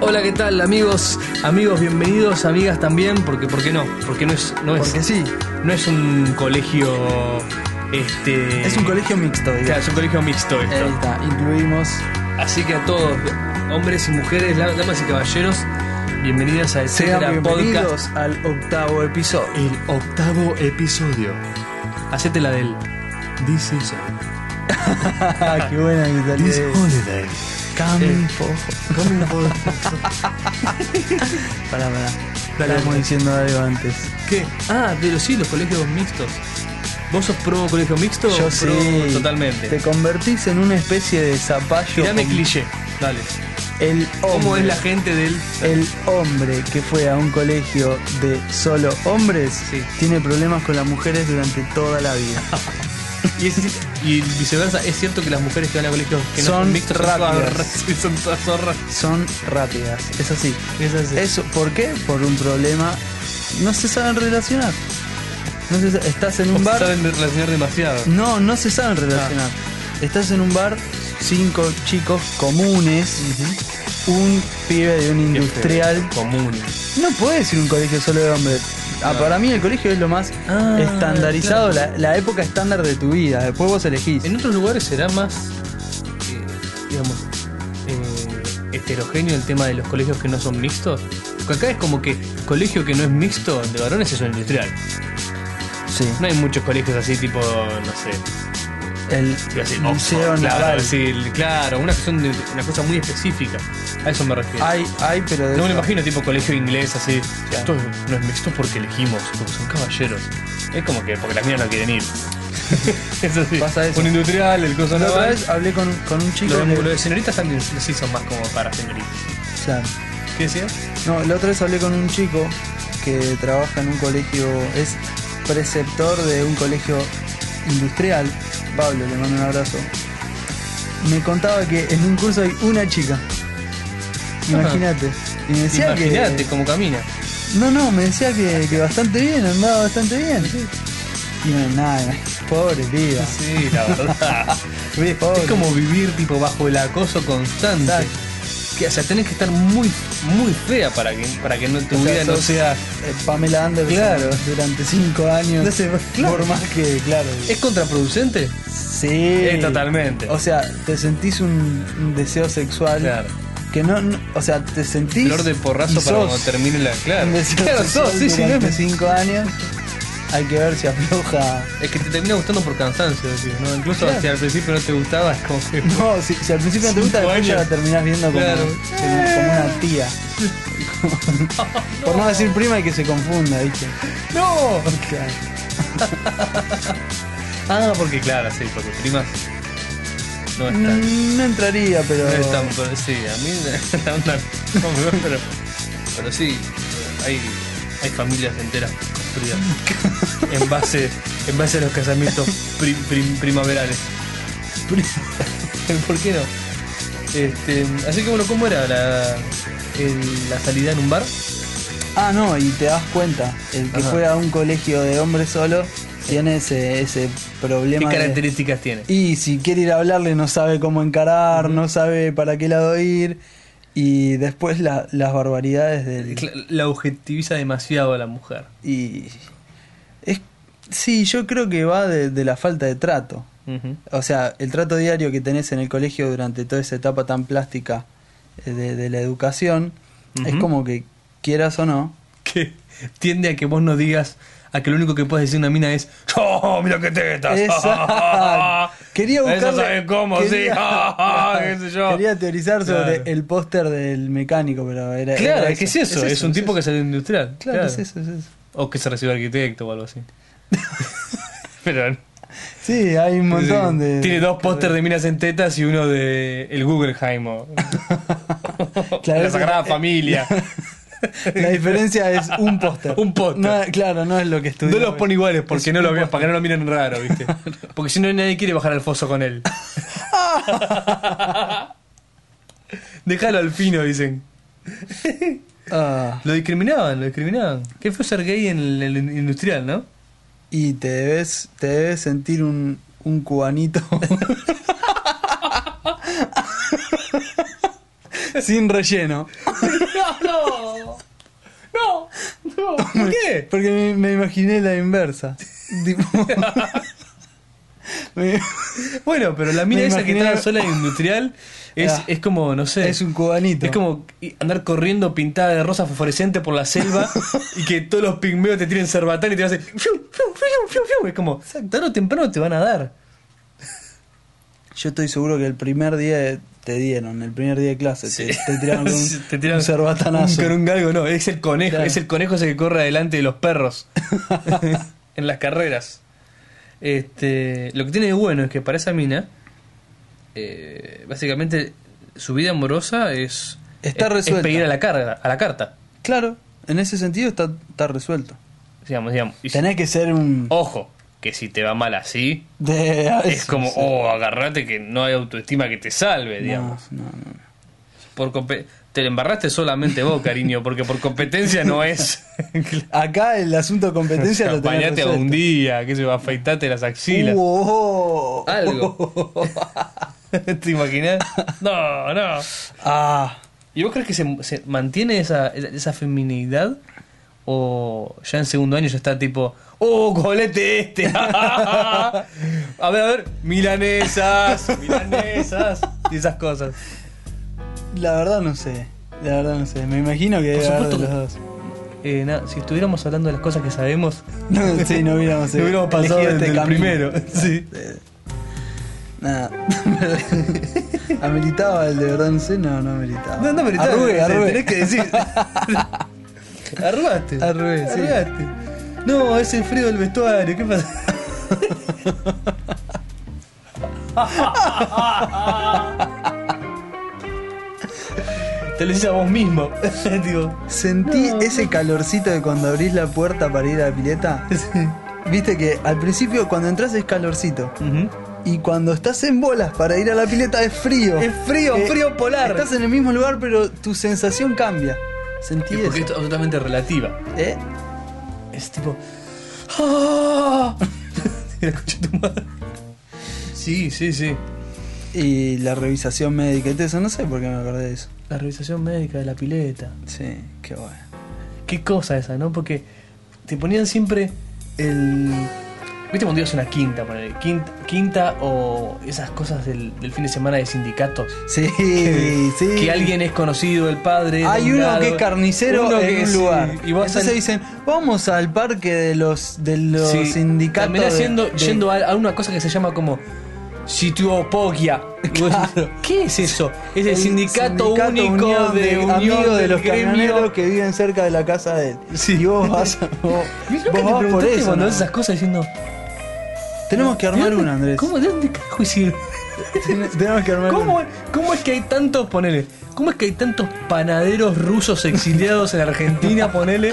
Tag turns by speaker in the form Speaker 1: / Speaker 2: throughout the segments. Speaker 1: Hola, ¿qué tal, amigos? Amigos, bienvenidos, amigas también, porque ¿por qué no? Porque no es no es
Speaker 2: Porque sí,
Speaker 1: no es un colegio este
Speaker 2: es un colegio Eh. mixto,
Speaker 1: Claro,
Speaker 2: digamos.
Speaker 1: es un colegio mixto esto.
Speaker 2: Ahí está, incluimos.
Speaker 1: Así que a todos, hombres y mujeres, la- damas y caballeros, bienvenidas a
Speaker 2: Sean
Speaker 1: Etcétera Podcast,
Speaker 2: bienvenidos al octavo episodio.
Speaker 3: El octavo episodio.
Speaker 1: hacete la del
Speaker 3: This is
Speaker 2: Ah, qué buena que salió
Speaker 3: this
Speaker 2: eso.
Speaker 3: holiday.
Speaker 2: Coming
Speaker 3: Eh.
Speaker 2: for-
Speaker 3: Coming for-
Speaker 2: Pará, pará.
Speaker 1: Dale,
Speaker 2: Estábamos
Speaker 1: dale.
Speaker 2: diciendo algo antes.
Speaker 1: ¿Qué? Ah, pero sí, los colegios mixtos. ¿Vos sos pro colegio mixto o pro
Speaker 2: sí.
Speaker 1: totalmente?
Speaker 2: Te convertís en una especie de zapallo.
Speaker 1: Tirame
Speaker 2: con-
Speaker 1: cliché, dale.
Speaker 2: El hombre.
Speaker 1: ¿Cómo es la gente del
Speaker 2: El hombre que fue a un colegio de solo hombres
Speaker 1: Sí.
Speaker 2: tiene problemas con las mujeres durante toda la vida.
Speaker 1: Y, es- y viceversa, es cierto que las mujeres que van a colegios que no
Speaker 2: Son
Speaker 1: son mixtos son todas,
Speaker 2: rápidas.
Speaker 1: sí, son todas zorras.
Speaker 2: Son rápidas, es así.
Speaker 1: Es así.
Speaker 2: Eso, ¿por qué? Por un problema. No se saben relacionar. No se sa- estás en
Speaker 1: O
Speaker 2: un
Speaker 1: se
Speaker 2: bar.
Speaker 1: saben de- relacionar demasiado.
Speaker 2: No, no se saben relacionar.
Speaker 1: Ah.
Speaker 2: Estás en un bar, cinco chicos comunes, un pibe de un industrial.
Speaker 1: Común.
Speaker 2: No puede decir un colegio solo de hombres. Ah,
Speaker 1: No.
Speaker 2: para mí el colegio es lo más
Speaker 1: Ah,
Speaker 2: estandarizado, la, la época estándar de tu vida. Después vos elegís.
Speaker 1: En otros lugares será más, eh, digamos, eh, heterogéneo el tema de los colegios que no son mixtos. Porque acá es como que colegio que no es mixto de varones es un industrial.
Speaker 2: Sí.
Speaker 1: No hay muchos colegios así tipo, no sé,
Speaker 2: El
Speaker 1: iba a decir
Speaker 2: liceo
Speaker 1: Oxford, claro,
Speaker 2: naval.
Speaker 1: sí, el- claro, una cuestión de- una cosa muy específica. A eso me refiero.
Speaker 2: Hay, hay, pero de
Speaker 1: No me lo
Speaker 2: eso-
Speaker 1: imagino tipo colegio inglés así. Esto no es mixto porque elegimos, porque son caballeros. Es como que porque las mías no quieren ir. es así.
Speaker 2: Pasa eso.
Speaker 1: Un industrial, el coso
Speaker 2: La otra
Speaker 1: naval.
Speaker 2: vez hablé con, con un chico.
Speaker 1: Los
Speaker 2: que-
Speaker 1: ángulos de señoritas también sí son más como para señoritas.
Speaker 2: Claro.
Speaker 1: ¿Qué decías?
Speaker 2: No, la otra vez hablé con un chico que trabaja en un colegio, es preceptor de un colegio industrial. Pablo, le mando un abrazo. Me contaba que en un curso hay una chica.
Speaker 1: Ah.
Speaker 2: Imagínate. Y me decía
Speaker 1: Imagínate
Speaker 2: que.
Speaker 1: cómo camina.
Speaker 2: No, no, me decía que, que bastante bien, andaba bastante bien. Y no, nada, pobre vida.
Speaker 1: Sí, la verdad.
Speaker 2: Pobre.
Speaker 1: es como vivir tipo bajo el acoso constante.
Speaker 2: Exacto.
Speaker 1: Que, o sea, tenés que estar muy, muy fea para que, para que no, tu
Speaker 2: O sea,
Speaker 1: vida no
Speaker 2: sos-
Speaker 1: sea.
Speaker 2: Eh, Pamela Anderson
Speaker 1: Claro.
Speaker 2: durante cinco años.
Speaker 1: No sé, claro.
Speaker 2: Por más que, claro.
Speaker 1: ¿Es contraproducente?
Speaker 2: Sí.
Speaker 1: Eh, totalmente.
Speaker 2: O sea, te sentís un, un deseo sexual.
Speaker 1: Claro.
Speaker 2: Que no, no- o sea, te sentís.
Speaker 1: Flor de porrazo
Speaker 2: y
Speaker 1: para
Speaker 2: sos
Speaker 1: cuando termine la. Claro,
Speaker 2: Un deseo
Speaker 1: claro,
Speaker 2: sexual
Speaker 1: sos, sí, sí,
Speaker 2: durante
Speaker 1: no me-
Speaker 2: cinco años. Hay que ver si afloja.
Speaker 1: Es que te termina gustando por cansancio, decís, ¿no? Incluso
Speaker 2: Claro.
Speaker 1: si al principio no te gustaba, es como que.
Speaker 2: No, si, si al principio no te gusta,
Speaker 1: Cinco
Speaker 2: después ya la
Speaker 1: años.
Speaker 2: terminás viendo como,
Speaker 1: Claro.
Speaker 2: como- como una tía. Por no decir prima y que se confunda, ¿viste?
Speaker 1: ¡No!
Speaker 2: Claro.
Speaker 1: Ah, porque claro, sí, porque primas. No es tan.
Speaker 2: Mm, No entraría, pero.
Speaker 1: No es tan. pero sí, a mí. la onda no me va, pero, pero sí, hay, hay familias enteras construidas en base, en base a los casamientos pri- prim- primaverales. ¿Por qué no? Este, así que bueno, ¿cómo era la, el- la salida en un bar?
Speaker 2: Ah, no, y te das cuenta. El que
Speaker 1: Ajá.
Speaker 2: fue a un colegio de hombres solo tiene ese, ese
Speaker 1: ¿Qué
Speaker 2: problema. de-
Speaker 1: características tiene?
Speaker 2: Y si quiere ir a hablarle, no sabe cómo encarar, no sabe para qué lado ir. Y después la- las barbaridades del.
Speaker 1: Cla- La objetiviza demasiado a la mujer.
Speaker 2: Y. Es, sí, yo creo que va de, de la falta de trato.
Speaker 1: Ujú.
Speaker 2: O sea, el trato diario que tenés en el colegio durante toda esa etapa tan plástica eh, de, de la educación es
Speaker 1: Ujú.
Speaker 2: como que, quieras o no,
Speaker 1: que tiende a que vos no digas, a que lo único que puedes decir una mina es, ¡Oh, mira qué tetas!
Speaker 2: Esa- Quería buscarle...
Speaker 1: Eso sabes cómo, sí. Ah,
Speaker 2: quería-
Speaker 1: qué sé yo.
Speaker 2: Quería teorizar sobre
Speaker 1: Claro.
Speaker 2: el póster del mecánico, pero era...
Speaker 1: Claro,
Speaker 2: era
Speaker 1: es que es eso, es, un tipo que salió industrial.
Speaker 2: Claro, es eso, es eso.
Speaker 1: O que se recibe arquitecto o algo así. Pero.
Speaker 2: Sí, hay un montón de...
Speaker 1: Tiene dos pósters de minas en tetas y uno de el Guggenheim. o- la
Speaker 2: Claro, eso-
Speaker 1: Sagrada Familia.
Speaker 2: La diferencia es un póster.
Speaker 1: Un póster.
Speaker 2: No, claro, no es lo que estudió.
Speaker 1: No los pone iguales porque no lo veas, para que no lo miren raro, ¿viste? Porque si no, nadie quiere bajar al foso con él. Déjalo al fino, dicen.
Speaker 2: Ah,
Speaker 1: Lo discriminaban, lo discriminaban. ¿Qué fue ser gay en el, en el industrial, no?
Speaker 2: y te debes, te debes sentir un, un cubanito. sin relleno.
Speaker 1: no, no, no, ¿por qué?
Speaker 2: Porque me, me imaginé la inversa. Tipo, me-
Speaker 1: Bueno, pero la mina
Speaker 2: Me
Speaker 1: esa
Speaker 2: imaginé-
Speaker 1: que está sola en industrial es,
Speaker 2: Ah.
Speaker 1: es como, no sé.
Speaker 2: es un cubanito.
Speaker 1: Es como andar corriendo pintada de rosa fosforescente por la selva y que todos los pigmeos te tiren cerbatán y te hacen. fiu, fiu, fiu, fiu, fiu. Es como, tarde o temprano te van a dar.
Speaker 2: Yo estoy seguro que el primer día te dieron, el primer día de clase, te-
Speaker 1: Sí.
Speaker 2: te, tiraron con un,
Speaker 1: Te tiran
Speaker 2: un cerbatanazo.
Speaker 1: Con un galgo, no, es el conejo,
Speaker 2: Claro.
Speaker 1: es el conejo ese que corre adelante de los perros en las carreras. Este, lo que tiene de bueno es que para esa mina, eh, básicamente su vida amorosa es,
Speaker 2: Está
Speaker 1: es- es
Speaker 2: resuelta.
Speaker 1: pedir a la carga, a la carta.
Speaker 2: Claro, en ese sentido está, está resuelto.
Speaker 1: Digamos, digamos. Y si-
Speaker 2: Tenés que ser un...
Speaker 1: ojo, que si te va mal así,
Speaker 2: de-
Speaker 1: es como,
Speaker 2: sí.
Speaker 1: oh, agarrate que no hay autoestima que te salve,
Speaker 2: No,
Speaker 1: digamos.
Speaker 2: no, no.
Speaker 1: Por compe- te la embarraste solamente vos, cariño, porque por competencia no es.
Speaker 2: Acá el asunto de competencia lo tenés
Speaker 1: Acompañate a
Speaker 2: resuelto.
Speaker 1: un día, que se va, afeitate las axilas.
Speaker 2: Uh, oh.
Speaker 1: Algo. ¿Te imaginas? No, no.
Speaker 2: Ah,
Speaker 1: ¿Y vos crees que se, se mantiene esa, esa feminidad? ¿O ya en segundo año ya está tipo, oh, colete este? a ver, a ver, milanesas, milanesas y esas cosas.
Speaker 2: la verdad no sé. La verdad no sé. Me imagino que
Speaker 1: Por
Speaker 2: debe haber de
Speaker 1: supuesto
Speaker 2: los dos.
Speaker 1: Eh, nada, si estuviéramos hablando de las cosas que sabemos, este
Speaker 2: No, sí, no hubiéramos, eh,
Speaker 1: no hubiéramos pasado
Speaker 2: elegido este
Speaker 1: del, del
Speaker 2: camino.
Speaker 1: primero. Sí.
Speaker 2: Nada. ¿Ameritaba el de verdad no sé? No, no ameritaba.
Speaker 1: No, no, pero está-
Speaker 2: Arrugué,
Speaker 1: te-
Speaker 2: arrugué.
Speaker 1: tenés que decir. Arrugaste.
Speaker 2: Arrugué, sí.
Speaker 1: Arrugaste. No, es el frío del vestuario, ¿qué pasa? Te lo dices a vos mismo. Digo,
Speaker 2: Sentí
Speaker 1: No.
Speaker 2: ese calorcito de cuando abrís la puerta para ir a la pileta.
Speaker 1: sí.
Speaker 2: Viste que al principio cuando entras es calorcito.
Speaker 1: Ujú.
Speaker 2: Y cuando estás en bolas para ir a la pileta es frío.
Speaker 1: Es frío,
Speaker 2: Eh,
Speaker 1: frío polar.
Speaker 2: Estás en el mismo lugar pero tu sensación cambia. Sentí
Speaker 1: Y porque
Speaker 2: eso.
Speaker 1: esto es absolutamente relativa.
Speaker 2: ¿Eh?
Speaker 1: Es tipo. ¡Ah! Y la concha de tu madre. Sí, sí, sí.
Speaker 2: Y la revisación médica y todo eso, no sé por qué me acordé de eso.
Speaker 1: La revisación médica de la pileta.
Speaker 2: Sí, qué bueno.
Speaker 1: Qué cosa esa, ¿no? Porque te ponían siempre el. ¿Viste cuando ibas a una quinta, ponele? Quinta, quinta o esas cosas del, del fin de semana de sindicatos?
Speaker 2: Sí, sí.
Speaker 1: Que alguien es conocido, el padre. de
Speaker 2: Hay
Speaker 1: un
Speaker 2: uno
Speaker 1: lado,
Speaker 2: que es carnicero
Speaker 1: uno
Speaker 2: en
Speaker 1: que
Speaker 2: un
Speaker 1: es-
Speaker 2: lugar.
Speaker 1: Y vos
Speaker 2: Entonces
Speaker 1: al-
Speaker 2: dicen, vamos al parque de los, de los
Speaker 1: sí,
Speaker 2: sindicatos.
Speaker 1: terminás
Speaker 2: de-
Speaker 1: yendo,
Speaker 2: de-
Speaker 1: yendo a, a una cosa que se llama como Situopoquia. Y vos decís,
Speaker 2: Claro.
Speaker 1: ¿Qué es eso? Es el, sindicato,
Speaker 2: sindicato
Speaker 1: único
Speaker 2: unión
Speaker 1: de, unión
Speaker 2: amigos de
Speaker 1: del
Speaker 2: los
Speaker 1: gremio.
Speaker 2: camioneros que viven cerca de la casa de él.
Speaker 1: Sí.
Speaker 2: Y vos vas, vos,
Speaker 1: Mirá que
Speaker 2: vos
Speaker 1: te
Speaker 2: vas por
Speaker 1: preguntaste
Speaker 2: eso.
Speaker 1: cuando
Speaker 2: ¿no?
Speaker 1: ves esas cosas diciendo.
Speaker 2: Tenemos que
Speaker 1: ¿De
Speaker 2: armar
Speaker 1: dónde-
Speaker 2: una, Andrés.
Speaker 1: ¿Cómo? ¿De dónde carajo hicieron?
Speaker 2: Tenemos que armar
Speaker 1: ¿Cómo,
Speaker 2: una.
Speaker 1: cómo es que hay tantos, ponele, cómo es que hay tantos panaderos rusos exiliados en Argentina, ponele,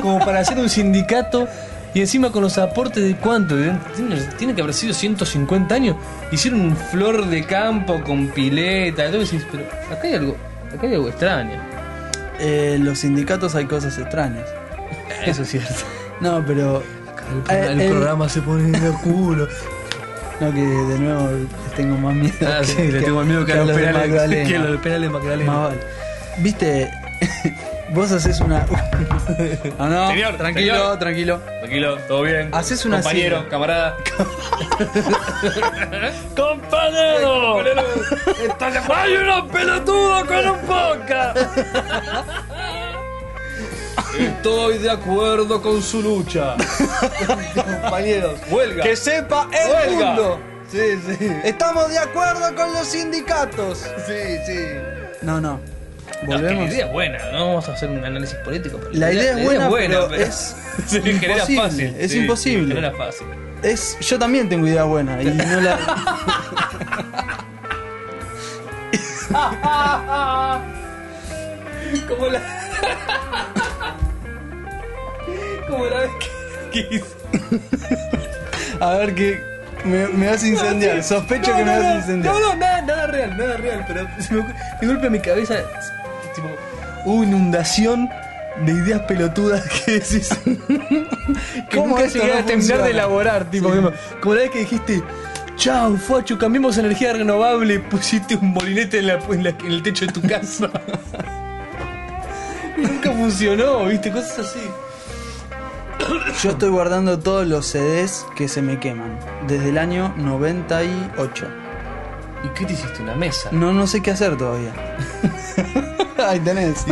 Speaker 1: como para hacer un sindicato y encima con los aportes de cuánto? de- Tiene, tiene que haber sido 150 años. Hicieron un flor de campo con pileta. Y todo, y decís, pero acá hay algo, acá hay algo extraño.
Speaker 2: Eh, los sindicatos hay cosas extrañas.
Speaker 1: Eso es cierto.
Speaker 2: No, pero.
Speaker 1: El,
Speaker 2: Eh, el-
Speaker 1: programa se pone en el culo.
Speaker 2: No, que de nuevo les tengo más miedo.
Speaker 1: Ah,
Speaker 2: que-
Speaker 1: sí, le
Speaker 2: que-
Speaker 1: tengo miedo que, a los
Speaker 2: de
Speaker 1: penales.
Speaker 2: Magdalena.
Speaker 1: Que a los penales de Magdalena.
Speaker 2: Más vale. Viste, vos haces una. Ah, no,
Speaker 1: Señor,
Speaker 2: tranquilo,
Speaker 1: señor.
Speaker 2: tranquilo.
Speaker 1: Tranquilo, todo bien.
Speaker 2: Haces una
Speaker 1: Compañero,
Speaker 2: silla.
Speaker 1: camarada. ¡Compañero! ¡Hay una pelotuda con un poca! Estoy de acuerdo con su lucha. Compañeros, huelga.
Speaker 2: Que sepa el
Speaker 1: Huelga.
Speaker 2: mundo.
Speaker 1: Sí, sí.
Speaker 2: Estamos de acuerdo con los sindicatos. Sí, sí. No, no.
Speaker 1: No, es que la
Speaker 2: Volvemos.
Speaker 1: idea es buena, no vamos a hacer un análisis político. pero
Speaker 2: La idea es buena, pero es
Speaker 1: se genera
Speaker 2: imposible,
Speaker 1: fácil.
Speaker 2: es
Speaker 1: Sí, se
Speaker 2: imposible.
Speaker 1: genera fácil.
Speaker 2: Es, yo también tengo idea buena y no la.
Speaker 1: Como la. Como la vez que. que hice-
Speaker 2: A ver que me, me vas a incendiar. Sospecho
Speaker 1: No,
Speaker 2: que me
Speaker 1: no,
Speaker 2: vas a
Speaker 1: no,
Speaker 2: incendiar.
Speaker 1: No, no, nada, nada real, nada real. Pero se me, ocurre- de golpe mi cabeza. es Tipo, hubo inundación de ideas pelotudas que decís. que
Speaker 2: ¿Cómo
Speaker 1: nunca
Speaker 2: esto
Speaker 1: llegué
Speaker 2: no
Speaker 1: a terminar
Speaker 2: funciona?
Speaker 1: de elaborar. Tipo,
Speaker 2: Sí.
Speaker 1: como, como la vez que dijiste. Chau, Fachu, cambiemos a energía renovable. Pusiste un molinete en, la- en la- en el techo de tu casa. y nunca funcionó, viste, cosas así.
Speaker 2: Yo estoy guardando todos los CDs que se me queman. Desde el año 98.
Speaker 1: ¿Y qué te hiciste? ¿Una mesa?
Speaker 2: No, no sé qué hacer todavía. Ahí tenés.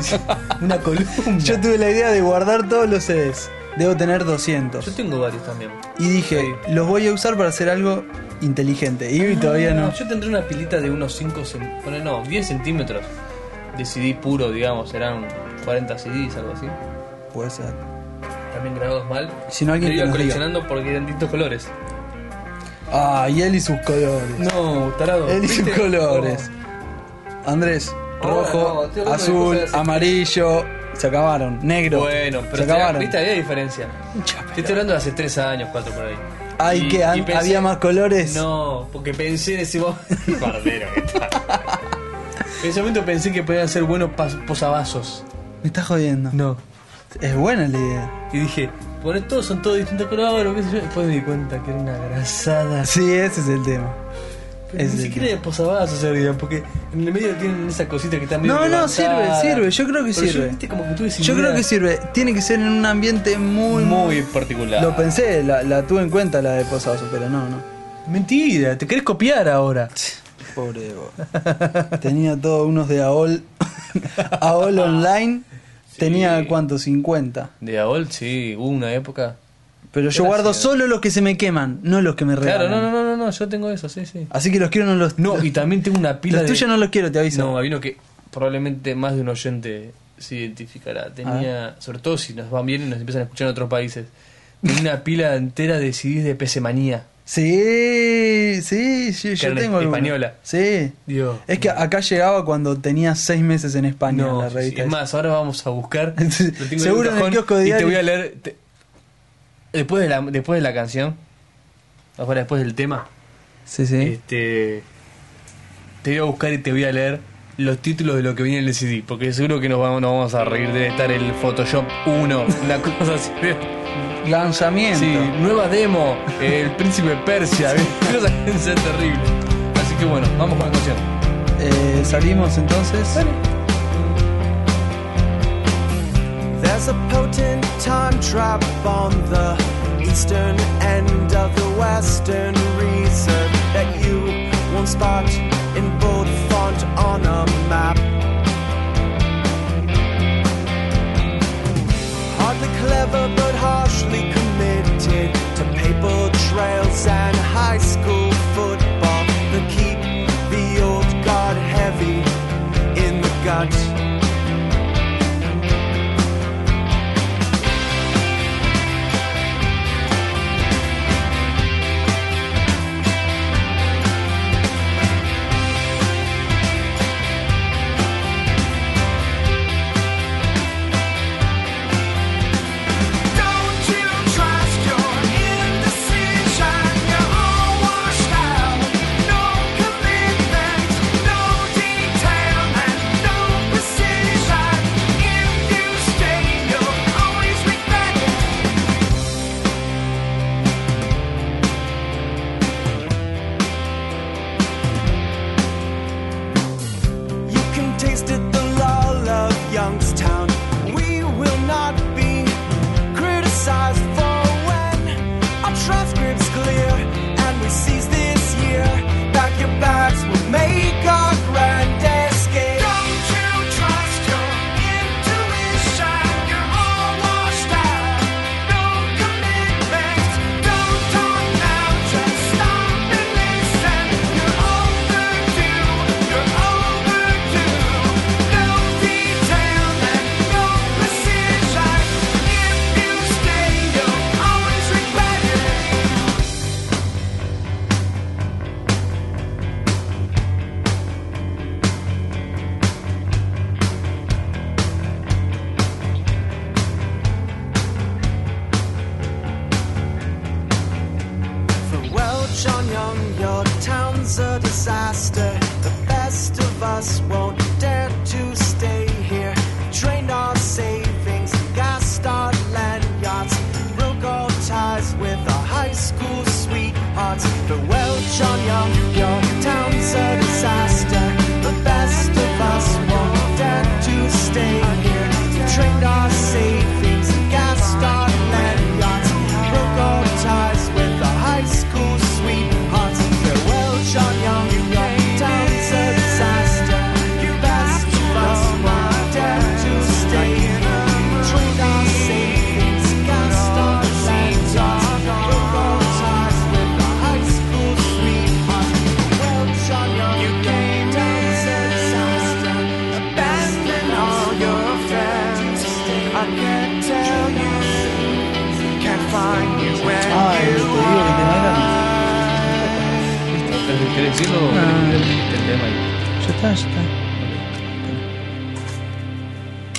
Speaker 1: ¿Una columna? Yo,
Speaker 2: Yo tuve la idea de guardar todos los CDs. Debo tener
Speaker 1: yo
Speaker 2: 200.
Speaker 1: tengo varios también.
Speaker 2: Y dije, los voy a usar para hacer algo inteligente. Y todavía no.
Speaker 1: Yo tendré una pilita de unos 5 centímetros. no, 10 centímetros de CD puro, digamos. Serán 40 CDs, algo así.
Speaker 2: Puede ser.
Speaker 1: También grabados mal.
Speaker 2: Si no, alguien
Speaker 1: Lo
Speaker 2: que
Speaker 1: iba
Speaker 2: nos diga.
Speaker 1: coleccionando porque eran distintos colores.
Speaker 2: Ah, y él y sus colores.
Speaker 1: No, tarado.
Speaker 2: él y sus
Speaker 1: ¿viste? Oh.
Speaker 2: colores.
Speaker 1: No.
Speaker 2: Andrés,
Speaker 1: Ahora no,
Speaker 2: rojo,
Speaker 1: estoy hablando de
Speaker 2: azul,
Speaker 1: cosas así.
Speaker 2: amarillo. Se acabaron. Negro.
Speaker 1: Bueno, pero
Speaker 2: se
Speaker 1: te da-
Speaker 2: acabaron.
Speaker 1: viste, había diferencia.
Speaker 2: Ya,
Speaker 1: Te estoy
Speaker 2: pero-
Speaker 1: hablando de hace 3 años, 4 por ahí.
Speaker 2: Ay,
Speaker 1: Y-
Speaker 2: que
Speaker 1: y
Speaker 2: an-
Speaker 1: pensé-
Speaker 2: había más colores.
Speaker 1: No, porque pensé en ese momento. Bardero que está. En ese momento pensé que podían ser buenos pas- posavasos.
Speaker 2: Me estás jodiendo.
Speaker 1: No.
Speaker 2: Es buena la idea.
Speaker 1: Y dije, bueno, todos son todos distintos colores, qué sé yo. Después me di cuenta que era una grasada.
Speaker 2: Sí, ese es el tema.
Speaker 1: Pero
Speaker 2: Es
Speaker 1: ni
Speaker 2: el-
Speaker 1: siquiera de posavasos servían, porque en el medio tienen esa cosita que está medio.
Speaker 2: No, no,
Speaker 1: levantada.
Speaker 2: sirve, sirve, yo creo que
Speaker 1: Pero yo,
Speaker 2: sirve.
Speaker 1: viste, como que tuve sin
Speaker 2: Yo creo
Speaker 1: idea.
Speaker 2: que sirve. Tiene que ser en un ambiente muy,
Speaker 1: Muy particular.
Speaker 2: Lo pensé, la, la tuve en cuenta la de Posados, pero no, no.
Speaker 1: Mentira, te querés copiar ahora.
Speaker 2: Pobre de vos. Tenía todos unos de AOL.
Speaker 1: Ah,
Speaker 2: AOL online. Tenía cuánto, 50.
Speaker 1: De AOL, sí, hubo una época.
Speaker 2: Pero yo guardo solo los que se me queman, no los que me
Speaker 1: Claro, no,
Speaker 2: regalan.
Speaker 1: no, no, no, no, yo tengo eso, sí, sí.
Speaker 2: Así que los quiero, no los.
Speaker 1: No, y también tengo una pila
Speaker 2: los
Speaker 1: de.
Speaker 2: tuyos no los quiero, te aviso.
Speaker 1: No, vino que probablemente más de un oyente se identificará. Tenía, sobre todo si nos van bien y nos empiezan a escuchar en otros países, tenía una pila entera de CDs de PC Manía.
Speaker 2: Sí, sí, yo, yo
Speaker 1: Carne
Speaker 2: tengo. algunos.
Speaker 1: española.
Speaker 2: Sí.
Speaker 1: Dios.
Speaker 2: Es que acá llegaba cuando tenía seis meses en España
Speaker 1: No,
Speaker 2: la revista.
Speaker 1: es
Speaker 2: esa.
Speaker 1: más, ahora vamos a buscar. Lo tengo en el
Speaker 2: Seguro en el
Speaker 1: cajón
Speaker 2: kiosco de
Speaker 1: Y te
Speaker 2: diario.
Speaker 1: voy a leer. te- después, de la, después de la canción, ahora después del tema,
Speaker 2: Sí, sí.
Speaker 1: este, te voy a buscar y te voy a leer los títulos de lo que viene en el CD. Porque seguro que nos vamos, nos vamos a reír. Debe estar el Photoshop 1, una cosa así.
Speaker 2: Lanzamiento.
Speaker 1: Sí, nueva demo, eh, el príncipe Persia. Cosas que deben ser terribles. Así que bueno, vamos con la canción.
Speaker 2: Eh, Salimos entonces.
Speaker 4: There's a potent time trap on the eastern end of the western reason that you won't spot in bold font on a map. Hardly clever but harshly committed to paper trails and high school football that keep the old guard heavy in the gut. Don't you trust your indecision? You're all washed out. No commitment, no detail, and no precision. If you stay, you'll always regret it. You can taste it, the lull of Youngstown. We will not be criticized for when our transcripts clear and we seize this year. Pack your bags, we'll make our grand escape. Don't you trust your intuition? You're all washed out. No commitment. Don't talk now, just stop and listen. You're overdue. You're overdue. No detail and no precision. If you stay, you'll always regret it. For well, John Young, your town's a disaster. The best of us won't dare to stay here. Drained our savings, gassed our lanyards, broke all ties with our high school sweethearts. Farewell, John tell you can't find you when
Speaker 2: Ah, eh, te
Speaker 4: you
Speaker 1: Ah. ¿Querés decirlo o
Speaker 2: digo que te matan. Ah.
Speaker 1: querés que el tema ahí?
Speaker 2: Ya está,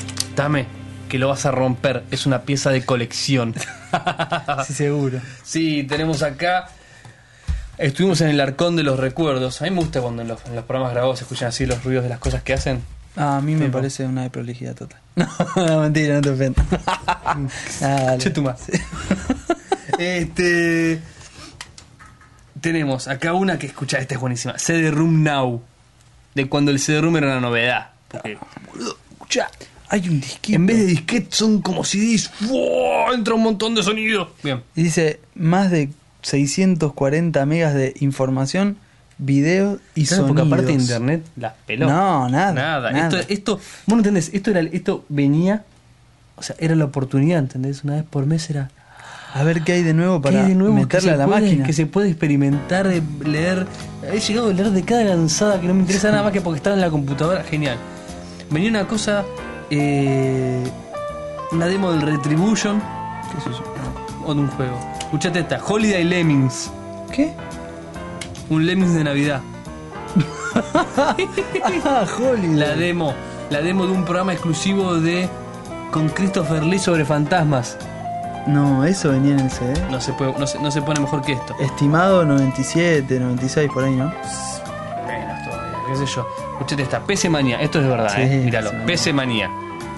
Speaker 2: ya está.
Speaker 1: Dame, que lo vas a romper. Es una pieza de colección. Ah.
Speaker 2: Sí, seguro.
Speaker 1: Sí, tenemos acá. Estuvimos en el arcón de los recuerdos. A mí me gusta cuando en los, en los programas grabados se escuchan así los ruidos de las cosas que hacen.
Speaker 2: Ah, a mí me
Speaker 1: Tiempo.
Speaker 2: parece una desprolijidad total. No, mentira, no te ofendas. Ah, dale.
Speaker 1: Che, tu madre. Este. Tenemos acá una que escucha, esta es buenísima. CD-Room Now. De cuando el CD-Room era una novedad. Porque, boludo, escuchá.
Speaker 2: Hay un disquito.
Speaker 1: En vez de disquetes son como CDs. ¡Wow! Entra un montón de sonido. Bien.
Speaker 2: Y dice más de 640 megas de información, video y
Speaker 1: Claro, porque
Speaker 2: sonidos.
Speaker 1: aparte de internet, las pelotas.
Speaker 2: No, nada,
Speaker 1: Nada.
Speaker 2: nada.
Speaker 1: Esto, esto, vos no entendés, esto era, esto venía, o sea, era la oportunidad, ¿entendés? Una vez por mes era
Speaker 2: A ver qué hay de nuevo
Speaker 1: ¿qué
Speaker 2: para
Speaker 1: hay de nuevo que
Speaker 2: meterle
Speaker 1: se
Speaker 2: a la
Speaker 1: puede-
Speaker 2: máquina.
Speaker 1: que se puede experimentar, eh, leer. He llegado a leer de cada lanzada que no me interesa nada más que porque estaba en la computadora. Genial. Venía una cosa, eh, una demo del Retribution
Speaker 2: ¿Qué es eso?
Speaker 1: Ah, o de un juego. Escuchate esta, Holiday Lemmings,
Speaker 2: ¿Qué?
Speaker 1: un Lemmings de Navidad.
Speaker 2: Ah, Holly.
Speaker 1: La demo, la demo de un programa exclusivo de con Christopher Lee sobre fantasmas.
Speaker 2: No, eso venía en el CD.
Speaker 1: No se puede, no se, no se pone mejor que esto.
Speaker 2: Estimado 97, 96 por ahí, ¿no?
Speaker 1: Apenas todavía, qué sé yo. Escuchate esta, PC Manía, esto es de verdad,
Speaker 2: Sí,
Speaker 1: eh. Míralo,
Speaker 2: PC
Speaker 1: PC Manía.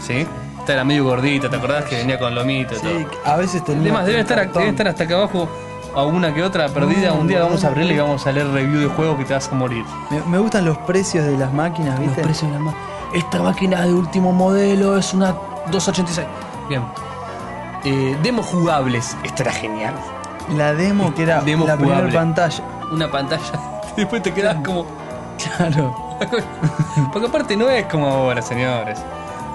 Speaker 1: ¿Sí? Esta era medio gordita, ¿te acordás que venía con lomito y todo?
Speaker 2: a veces tenía.
Speaker 1: Además, debe estar,
Speaker 2: cartón. Mm,
Speaker 1: debe estar hasta acá abajo alguna que otra perdida.
Speaker 2: No,
Speaker 1: Un día
Speaker 2: no,
Speaker 1: vamos a
Speaker 2: no.
Speaker 1: abrirle y vamos a leer review de juego que te vas a morir.
Speaker 2: Me, me gustan los precios de las máquinas,
Speaker 1: Los
Speaker 2: ¿viste?
Speaker 1: precios de la ma- Esta máquina de último modelo es una 286. Bien. Eh, demos jugables. Esta era genial.
Speaker 2: La demo que era
Speaker 1: Demo
Speaker 2: la primera
Speaker 1: jugable.
Speaker 2: pantalla.
Speaker 1: Una pantalla. Después te quedas como.
Speaker 2: Claro.
Speaker 1: Porque aparte no es como ahora, señores.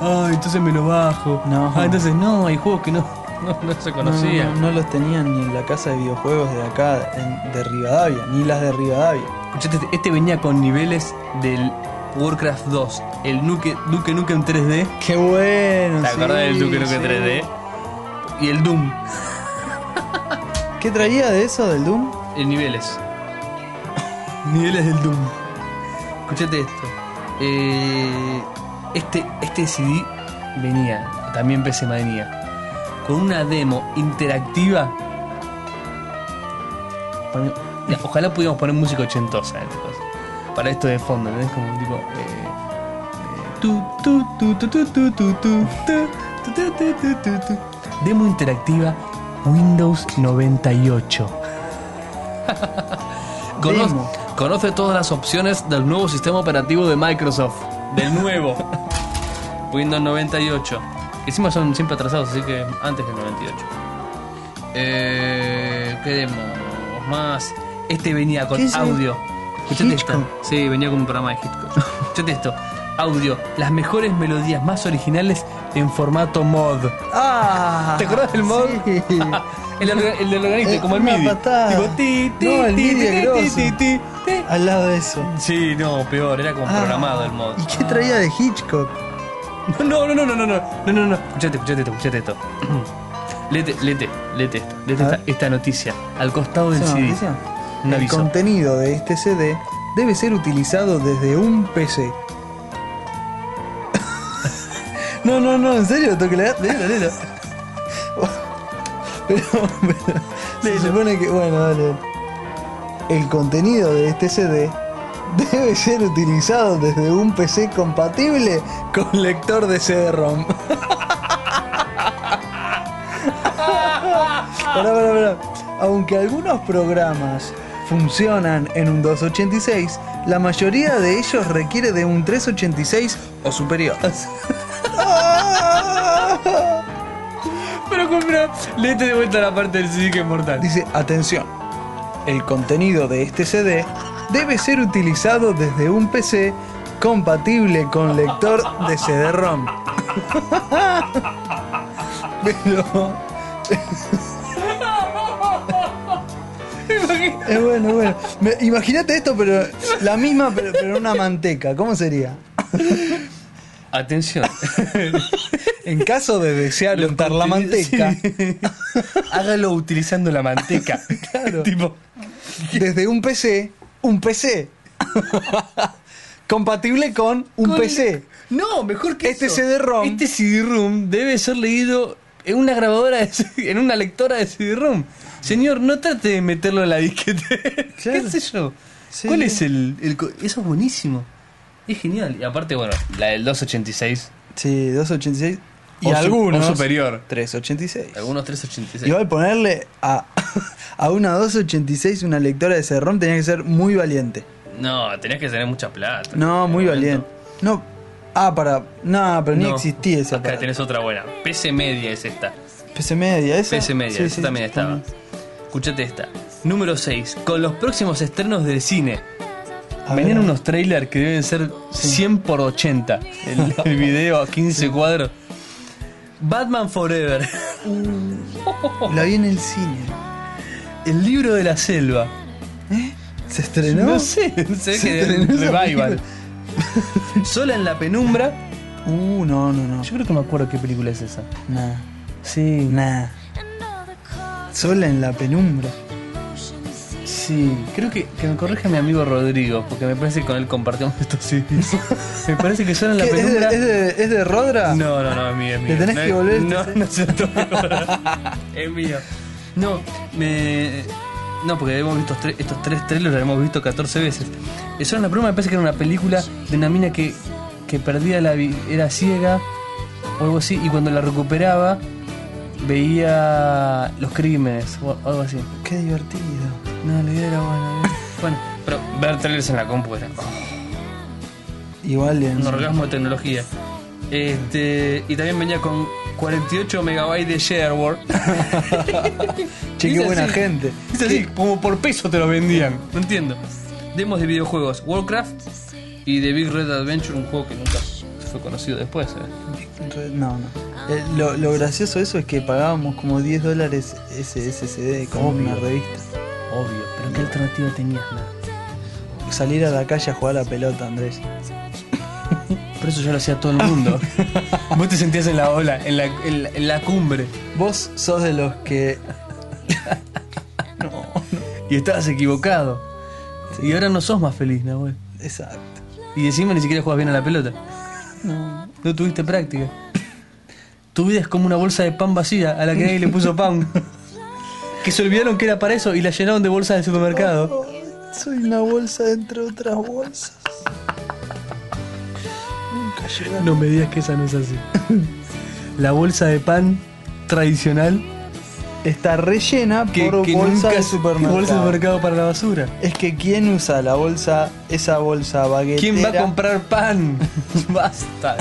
Speaker 1: Ay, entonces me lo bajo.
Speaker 2: No.
Speaker 1: Ah, entonces no, hay juegos que no, no, no se
Speaker 2: No,
Speaker 1: conocían.
Speaker 2: no, no los tenían ni en la casa de videojuegos de acá, en- de Rivadavia, ni las de Rivadavia.
Speaker 1: Escuchate, este- este venía con niveles del Warcraft 2, el Nuke, Duke Nukem 3D.
Speaker 2: ¡Qué bueno!
Speaker 1: ¿Te
Speaker 2: sí,
Speaker 1: acordás del Duke
Speaker 2: sí.
Speaker 1: Nukem 3D? Y el Doom,
Speaker 2: ¿Qué traía de eso, del Doom?
Speaker 1: en niveles. niveles del Doom. Escuchate esto. Eh, este, este CD venía, también PC venía, con una demo interactiva. Pone- Mira, ojalá pudiéramos poner música ochentosa eh, chicos. para esto de fondo, ¿entendés? Como tipo. eh, eh, tu, tu, tu, tu, tu, tu, tu, tu, tu, tu, tu, tu, tu, tu, tu. Demo interactiva Windows 98. Conoce,
Speaker 2: Demo.
Speaker 1: conoce todas las opciones del nuevo sistema operativo de Microsoft. Del nuevo. Windows 98. Que encima son siempre atrasados, así que antes del 98. Eh, queremos más. Este venía con
Speaker 2: ¿Qué es el-
Speaker 1: audio. Escuchate esto.
Speaker 2: Hitchcock?
Speaker 1: Sí, venía con un programa de Hitchcock. Escuchate esto. Audio. Las mejores melodías más originales en formato mod.
Speaker 2: ¡Ah!
Speaker 1: ¿Te acordás del mod?
Speaker 2: Sí.
Speaker 1: el, orga- el del organista,
Speaker 2: Eh,
Speaker 1: como el
Speaker 2: una
Speaker 1: MIDI.
Speaker 2: patada.
Speaker 1: Tipo, ti, ti,
Speaker 2: No, el
Speaker 1: ti,
Speaker 2: MIDI
Speaker 1: ti,
Speaker 2: es
Speaker 1: ti,
Speaker 2: grosso.
Speaker 1: ti, ti, ti.
Speaker 2: Al lado de eso.
Speaker 1: Sí, no, peor, era como
Speaker 2: Ah,
Speaker 1: programado el mod.
Speaker 2: ¿Y qué traía de Hitchcock?
Speaker 1: No, no, no, no, no, no, no, no, no. Escuchate, escuchate esto, escuchate esto. Lete, lete, lete esto. Lete
Speaker 2: A
Speaker 1: esta,
Speaker 2: ver.
Speaker 1: esta noticia. Al costado del
Speaker 2: ¿Es una
Speaker 1: CD.
Speaker 2: noticia?
Speaker 1: Un
Speaker 2: El
Speaker 1: aviso.
Speaker 2: contenido de este CD debe ser utilizado desde un PC. no, no, no, en serio, tengo que leer. Léelo, léelo. pero, pero, se supone que. Bueno, dale. El contenido de este CD debe ser utilizado desde un PC compatible con lector de CD-ROM. Pará, pará, pará. Aunque algunos programas funcionan en un 286, la mayoría de ellos requiere de un 386 o superior.
Speaker 1: Pero compra, lete de vuelta la parte del CD que es mortal.
Speaker 2: Dice, atención, el contenido de este CD debe ser utilizado desde un PC compatible con lector de CD-ROM. Pero... Es bueno, es bueno. Me- Imagínate esto, pero la misma, pero, pero en una manteca. ¿Cómo sería?
Speaker 1: Atención.
Speaker 2: En caso de desear
Speaker 5: Los
Speaker 2: untar la manteca,
Speaker 5: Hágalo utilizando la manteca.
Speaker 2: Claro.
Speaker 5: tipo,
Speaker 2: desde un PC, un PC. Compatible con un
Speaker 5: con-
Speaker 2: PC.
Speaker 5: No, mejor que
Speaker 2: Este
Speaker 5: eso.
Speaker 2: CD-ROM.
Speaker 5: Este CD-ROM debe ser leído en una grabadora, de CD en una lectora de CD-ROM. Señor, no trate de meterlo en la disquete.
Speaker 2: Claro.
Speaker 5: ¿Qué sé yo?
Speaker 2: Sí.
Speaker 5: ¿Cuál es el, el co- Eso es buenísimo. Es genial. Y aparte, bueno, la del 286.
Speaker 2: Sí, 286. Y
Speaker 5: O su-
Speaker 2: algunos.
Speaker 5: o superior.
Speaker 2: 386.
Speaker 5: Algunos 386.
Speaker 2: Igual ponerle a, a una 286 una lectora de CD-ROM tenía que ser muy valiente.
Speaker 5: No, tenías que tener mucha plata.
Speaker 2: No,
Speaker 5: En
Speaker 2: muy
Speaker 5: el
Speaker 2: valiente.
Speaker 5: momento.
Speaker 2: No. Ah, para. No, pero ni
Speaker 5: No.
Speaker 2: existía esa.
Speaker 5: Acá
Speaker 2: para-
Speaker 5: tenés otra buena. PC media es esta.
Speaker 2: PC media, esa.
Speaker 5: PC media,
Speaker 2: Sí,
Speaker 5: esa
Speaker 2: sí,
Speaker 5: también estaba. Escuchate esta. Número 6. Con los próximos estrenos del cine.
Speaker 2: A
Speaker 5: Venían
Speaker 2: ver.
Speaker 5: unos trailers que deben ser 100 por 80. El, el video a 15 cuadros. Batman Forever.
Speaker 2: La vi en el cine.
Speaker 5: El libro de la selva.
Speaker 2: ¿Eh? ¿Se estrenó?
Speaker 5: No sé, se ve
Speaker 2: Se
Speaker 5: que
Speaker 2: estrenó
Speaker 5: de-
Speaker 2: esa
Speaker 5: revival. Sola en la penumbra.
Speaker 2: Uh, no, no, no.
Speaker 5: Yo creo que me acuerdo qué película es esa.
Speaker 2: Nah.
Speaker 5: Sí.
Speaker 2: Nah. Sola en la penumbra.
Speaker 5: Sí, creo que, que me corrija mi amigo Rodrigo, porque me parece que con él compartimos estos CDs. me parece que Sola en la
Speaker 2: ¿Qué, ¿Es, de,
Speaker 5: penumbra.
Speaker 2: es de- es de Rodra?
Speaker 5: No, no, no, es mío, es mío.
Speaker 2: Le tenés
Speaker 5: No,
Speaker 2: que volver este
Speaker 5: No,
Speaker 2: set.
Speaker 5: no se lo tengo que volver. Es mío. No, me. No, porque hemos visto tre- estos tres trailers, los hemos visto 14 veces. Eso en la broma, me parece que era una película de una mina que, que perdía la vi- era ciega o algo así, y cuando la recuperaba veía los crímenes o algo así.
Speaker 2: Qué divertido.
Speaker 5: No, la idea era buena. eh. Bueno, pero ver trailers en la compu era. oh,
Speaker 2: Igual en-
Speaker 5: un orgasmo de tecnología. Este, y también venía con 48 megabytes de shareware.
Speaker 2: Che, qué
Speaker 5: Dice
Speaker 2: buena
Speaker 5: así.
Speaker 2: gente.
Speaker 5: Es así, como por peso te lo vendían. No entiendo. Demos de videojuegos, Warcraft y The Big Red Adventure, un juego que nunca fue conocido después. ¿eh?
Speaker 2: Re- No, no. Eh, lo, lo gracioso de eso es que pagábamos como 10 dólares ese SSD como una revista.
Speaker 5: Obvio, pero ¿qué alternativa tenías? nada?
Speaker 2: Salir a la calle a jugar a la pelota, Andrés.
Speaker 5: Por eso yo lo hacía todo el mundo. Vos te sentías en la ola, en la, en la- en la cumbre.
Speaker 2: Vos sos de los que.
Speaker 5: Y estabas equivocado. Y ahora no sos más feliz, Nahuel.
Speaker 2: Exacto.
Speaker 5: Y encima ni siquiera juegas bien a la pelota.
Speaker 2: No.
Speaker 5: No tuviste práctica. Tu vida es como una bolsa de pan vacía a la que nadie le puso pan. Que se olvidaron que era para eso y la llenaron de bolsas del supermercado.
Speaker 2: Soy una bolsa entre otras bolsas. Nunca llegaron.
Speaker 5: No me digas que esa no es así. La bolsa de pan tradicional
Speaker 2: Está rellena
Speaker 5: que,
Speaker 2: por
Speaker 5: que
Speaker 2: bolsa
Speaker 5: nunca
Speaker 2: de
Speaker 5: es
Speaker 2: supermercado.
Speaker 5: bolsa de supermercado para la basura.
Speaker 2: Es que quién usa la bolsa, esa bolsa baguetera.
Speaker 5: ¿Quién va a comprar pan? Basta.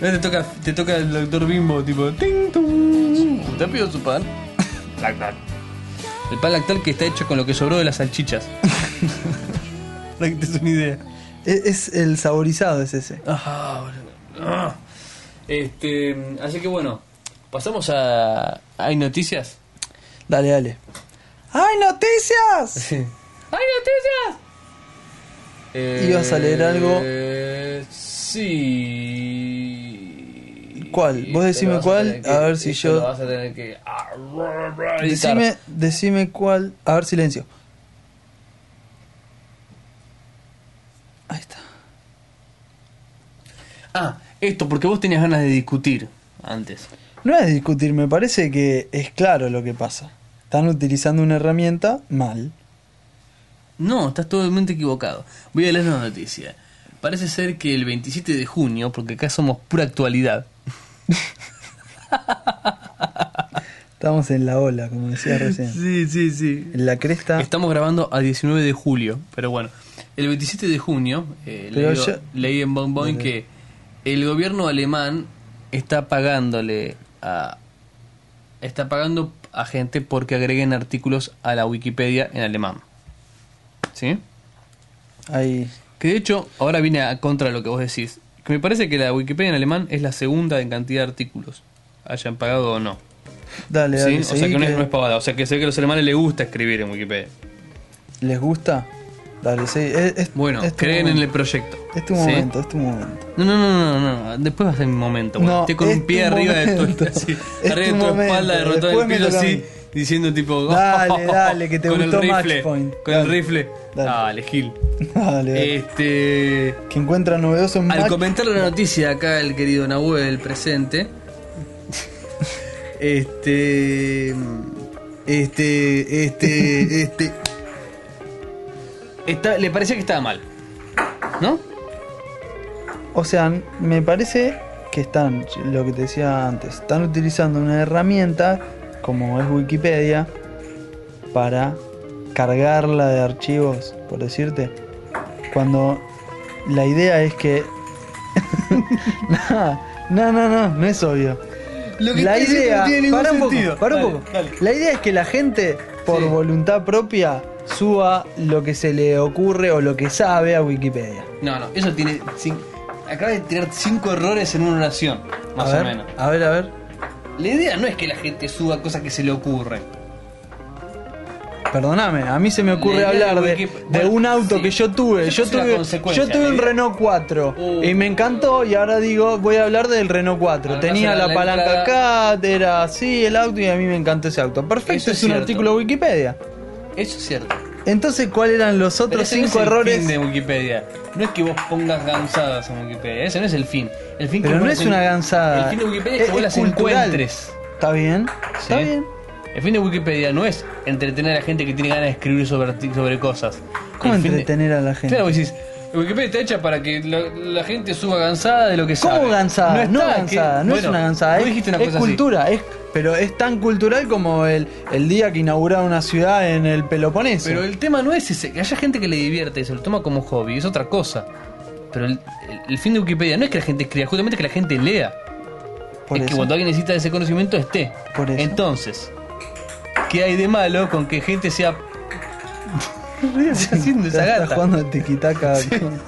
Speaker 5: Eh, te, toca, te toca el doctor Bimbo, tipo, ting, tum. Usted pidió su pan. Lactal. El pan lactal que está hecho con lo que sobró de las salchichas. Para que te des una idea.
Speaker 2: Es, E-, es el saborizado, es ese.
Speaker 5: Ah, boludo. Ah. Este, así que bueno, pasamos a. ¿Hay noticias?
Speaker 2: Dale, dale. ¡Ay, noticias!
Speaker 5: Sí. ¡Hay noticias!
Speaker 2: ¿Ibas a leer algo?
Speaker 5: Eh, Sí.
Speaker 2: ¿Cuál? Vos
Speaker 5: Esto
Speaker 2: decime
Speaker 5: lo vas
Speaker 2: cuál,
Speaker 5: tener
Speaker 2: a ver si
Speaker 5: esto
Speaker 2: yo-
Speaker 5: lo vas a tener que editar.
Speaker 2: Decime, decime cuál. A ver, silencio. Ahí está.
Speaker 5: Ah, esto, porque vos tenías ganas de discutir antes.
Speaker 2: No es discutir, me parece que es claro lo que pasa. Están utilizando una herramienta mal.
Speaker 5: No, estás totalmente equivocado. Voy a leer una noticia. Parece ser que el 27 de junio, porque acá somos pura actualidad.
Speaker 2: Estamos en la ola, como decía recién.
Speaker 5: Sí, sí, sí.
Speaker 2: En la cresta.
Speaker 5: Estamos grabando a 19 de julio, pero bueno. El 27 de junio, eh,
Speaker 2: Pero
Speaker 5: leí,
Speaker 2: ya-
Speaker 5: leí en Bon Bon que el gobierno alemán está pagándole a. Está pagando a gente porque agreguen artículos a la Wikipedia en alemán. ¿Sí?
Speaker 2: Ahí.
Speaker 5: Que de hecho, ahora viene a contra lo que vos decís. Que me parece que la Wikipedia en alemán es la segunda en cantidad de artículos. Hayan pagado o no.
Speaker 2: Dale,
Speaker 5: ¿Sí?
Speaker 2: dale.
Speaker 5: O sea
Speaker 2: seguí,
Speaker 5: que no es,
Speaker 2: que
Speaker 5: no es pavada. O sea que se ve que a los alemanes les gusta escribir en Wikipedia.
Speaker 2: ¿Les gusta? Dale, sí. es- es-
Speaker 5: Bueno,
Speaker 2: es tu
Speaker 5: creen en el
Speaker 2: momento.
Speaker 5: proyecto.
Speaker 2: Es tu
Speaker 5: ¿sí?
Speaker 2: momento, es tu momento.
Speaker 5: No, no, no, no, no, no, después va a ser mi momento. cuando
Speaker 2: No,
Speaker 5: esté con
Speaker 2: es
Speaker 5: un pie
Speaker 2: tu
Speaker 5: arriba de
Speaker 2: momento.
Speaker 5: tu, así,
Speaker 2: Es
Speaker 5: arriba de
Speaker 2: tu
Speaker 5: tu
Speaker 2: momento,
Speaker 5: espalda, derrotado en
Speaker 2: después
Speaker 5: el
Speaker 2: me
Speaker 5: piso
Speaker 2: toca a
Speaker 5: así,
Speaker 2: mí.
Speaker 5: diciendo tipo, "Oh".
Speaker 2: Dale, dale, que te
Speaker 5: con
Speaker 2: gustó
Speaker 5: el
Speaker 2: Match
Speaker 5: rifle,
Speaker 2: Point.
Speaker 5: Con el
Speaker 2: Dale.
Speaker 5: rifle.
Speaker 2: Dale.
Speaker 5: Dale, Gil.
Speaker 2: Dale, dale.
Speaker 5: Este.
Speaker 2: que encuentra novedoso en
Speaker 5: Al
Speaker 2: Mac-
Speaker 5: comentar la noticia acá el querido Nahuel presente, este, este, este, este, está- le parecía que estaba mal, ¿no?
Speaker 2: O sea, me parece que están, lo que te decía antes, están utilizando una herramienta como es Wikipedia para cargarla de archivos, por decirte. Cuando la idea es que... no, no, no, no, no es obvio. la idea... Para un poco, para un poco. La idea es que la gente, por
Speaker 5: Sí.
Speaker 2: voluntad propia, suba lo que se le ocurre o lo que sabe a Wikipedia.
Speaker 5: No, no, eso tiene, cin- acaba de tirar cinco errores en una oración, más
Speaker 2: a ver,
Speaker 5: o menos.
Speaker 2: A ver, a ver.
Speaker 5: La idea no es que la gente suba cosas que se le ocurren.
Speaker 2: Perdóname, a mí se me ocurre
Speaker 5: La idea de
Speaker 2: hablar de,
Speaker 5: Wikip-
Speaker 2: de
Speaker 5: bueno,
Speaker 2: un auto
Speaker 5: sí.
Speaker 2: que yo tuve.
Speaker 5: Esa
Speaker 2: Yo
Speaker 5: es la
Speaker 2: tuve,
Speaker 5: consecuencia, ¿eh?
Speaker 2: yo tuve
Speaker 5: la
Speaker 2: un
Speaker 5: idea.
Speaker 2: Renault 4
Speaker 5: Uh.
Speaker 2: y me encantó y ahora digo, voy a hablar del Renault 4.
Speaker 5: Ahora
Speaker 2: Tenía la,
Speaker 5: será la
Speaker 2: palanca
Speaker 5: entrada.
Speaker 2: acá, era así el auto y a mí me encantó ese auto. Perfecto,
Speaker 5: Eso
Speaker 2: es,
Speaker 5: es
Speaker 2: un
Speaker 5: cierto.
Speaker 2: artículo de Wikipedia.
Speaker 5: Eso es cierto.
Speaker 2: Entonces, ¿cuáles eran los
Speaker 5: Pero
Speaker 2: otros
Speaker 5: ese no es
Speaker 2: cinco
Speaker 5: el
Speaker 2: errores?
Speaker 5: fin de Wikipedia. No es que vos pongas gansadas en Wikipedia. Ese no es el fin. El fin que
Speaker 2: Pero
Speaker 5: vos
Speaker 2: no
Speaker 5: las
Speaker 2: es una
Speaker 5: en-
Speaker 2: gansada.
Speaker 5: El fin de Wikipedia es que vos las
Speaker 2: cultural.
Speaker 5: encuentres.
Speaker 2: Está bien, está
Speaker 5: ¿sí?
Speaker 2: bien.
Speaker 5: El fin de Wikipedia no es entretener a la gente que tiene ganas de escribir sobre, arti- sobre cosas.
Speaker 2: ¿Cómo
Speaker 5: El fin de-
Speaker 2: entretener a la gente?
Speaker 5: Claro, vos decís, Wikipedia está hecha para que la, la gente suba gansada de lo que
Speaker 2: ¿Cómo
Speaker 5: sabe.
Speaker 2: gansada? No,
Speaker 5: está,
Speaker 2: gansada,
Speaker 5: que-
Speaker 2: no es
Speaker 5: bueno,
Speaker 2: una gansada.
Speaker 5: vos
Speaker 2: Es,
Speaker 5: dijiste una
Speaker 2: es
Speaker 5: cosa así.
Speaker 2: cultura, es, pero es tan cultural como el, el día que inauguraron una ciudad en el Peloponeso.
Speaker 5: Pero el tema no es ese, que haya gente que le divierte y se lo toma como hobby, es otra cosa. Pero el, el- el fin de Wikipedia no es que la gente escriba, justamente que la gente lea.
Speaker 2: Por
Speaker 5: es que
Speaker 2: eso.
Speaker 5: cuando alguien necesita ese conocimiento esté.
Speaker 2: Por eso.
Speaker 5: Entonces, ¿qué hay de malo con que gente sea. ¿Qué está haciendo esa
Speaker 2: Está- está
Speaker 5: gata?
Speaker 2: jugando al tiquitaca. con-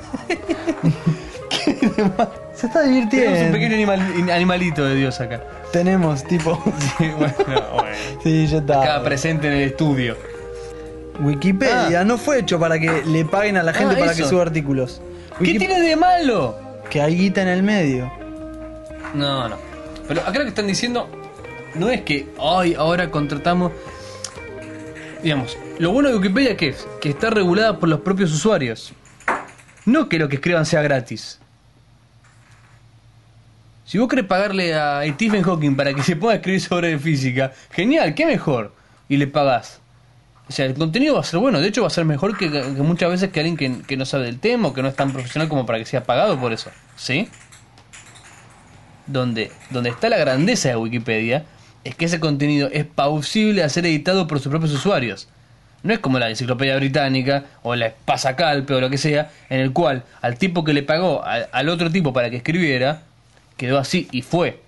Speaker 2: Se está divirtiendo.
Speaker 5: Tenemos un pequeño animal- animalito de Dios acá.
Speaker 2: Tenemos, tipo.
Speaker 5: Sí, bueno, bueno.
Speaker 2: sí, ya está.
Speaker 5: Acá presente en el estudio.
Speaker 2: Wikipedia no fue hecho para que le paguen a la gente
Speaker 5: Ah,
Speaker 2: para
Speaker 5: eso.
Speaker 2: que suba artículos.
Speaker 5: ¿Qué
Speaker 2: Wiki-
Speaker 5: tiene de malo?
Speaker 2: Que hay guita en el medio.
Speaker 5: No, no. Pero acá lo que están diciendo no es que hoy ahora contratamos. Digamos, lo bueno de Wikipedia que es que está regulada por los propios usuarios. No que lo que escriban sea gratis. Si vos querés pagarle a Stephen Hawking para que se pueda escribir sobre física, genial, qué mejor. Y le pagás. O sea, el contenido va a ser bueno, de hecho va a ser mejor que, que muchas veces que alguien que, que no sabe del tema o que no es tan profesional como para que sea pagado por eso. ¿Sí? donde, donde está la grandeza de Wikipedia es que ese contenido es pausible a ser editado por sus propios usuarios. No es como la enciclopedia británica o la pasacalpe o lo que sea, en el cual al tipo que le pagó al, al otro tipo para que escribiera, quedó así y fue.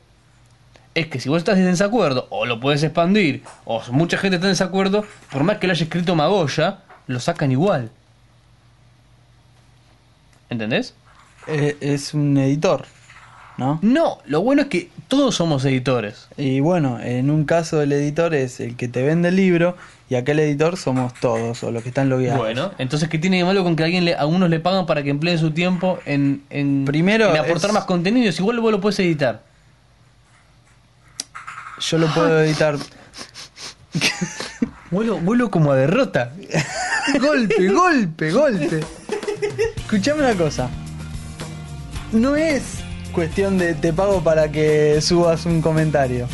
Speaker 5: Es que si vos estás en desacuerdo, o lo puedes expandir, o mucha gente está en desacuerdo, por más que lo haya escrito Magoya, lo sacan igual. ¿Entendés?
Speaker 2: Eh, es un editor, ¿no?
Speaker 5: No, lo bueno es que todos somos editores.
Speaker 2: Y bueno, en un caso el editor es el que te vende el libro y acá el editor somos todos o los que están logueados.
Speaker 5: Bueno, entonces, ¿qué tiene de malo con que alguien le- a unos le pagan para que empleen su tiempo en, en,
Speaker 2: Primero
Speaker 5: en aportar
Speaker 2: es-
Speaker 5: más contenidos? Igual vos lo puedes editar.
Speaker 2: Yo lo puedo editar.
Speaker 5: Vuelo, vuelo como a derrota.
Speaker 2: golpe, golpe, golpe. Escuchame una cosa. No es cuestión de te pago para que subas un comentario.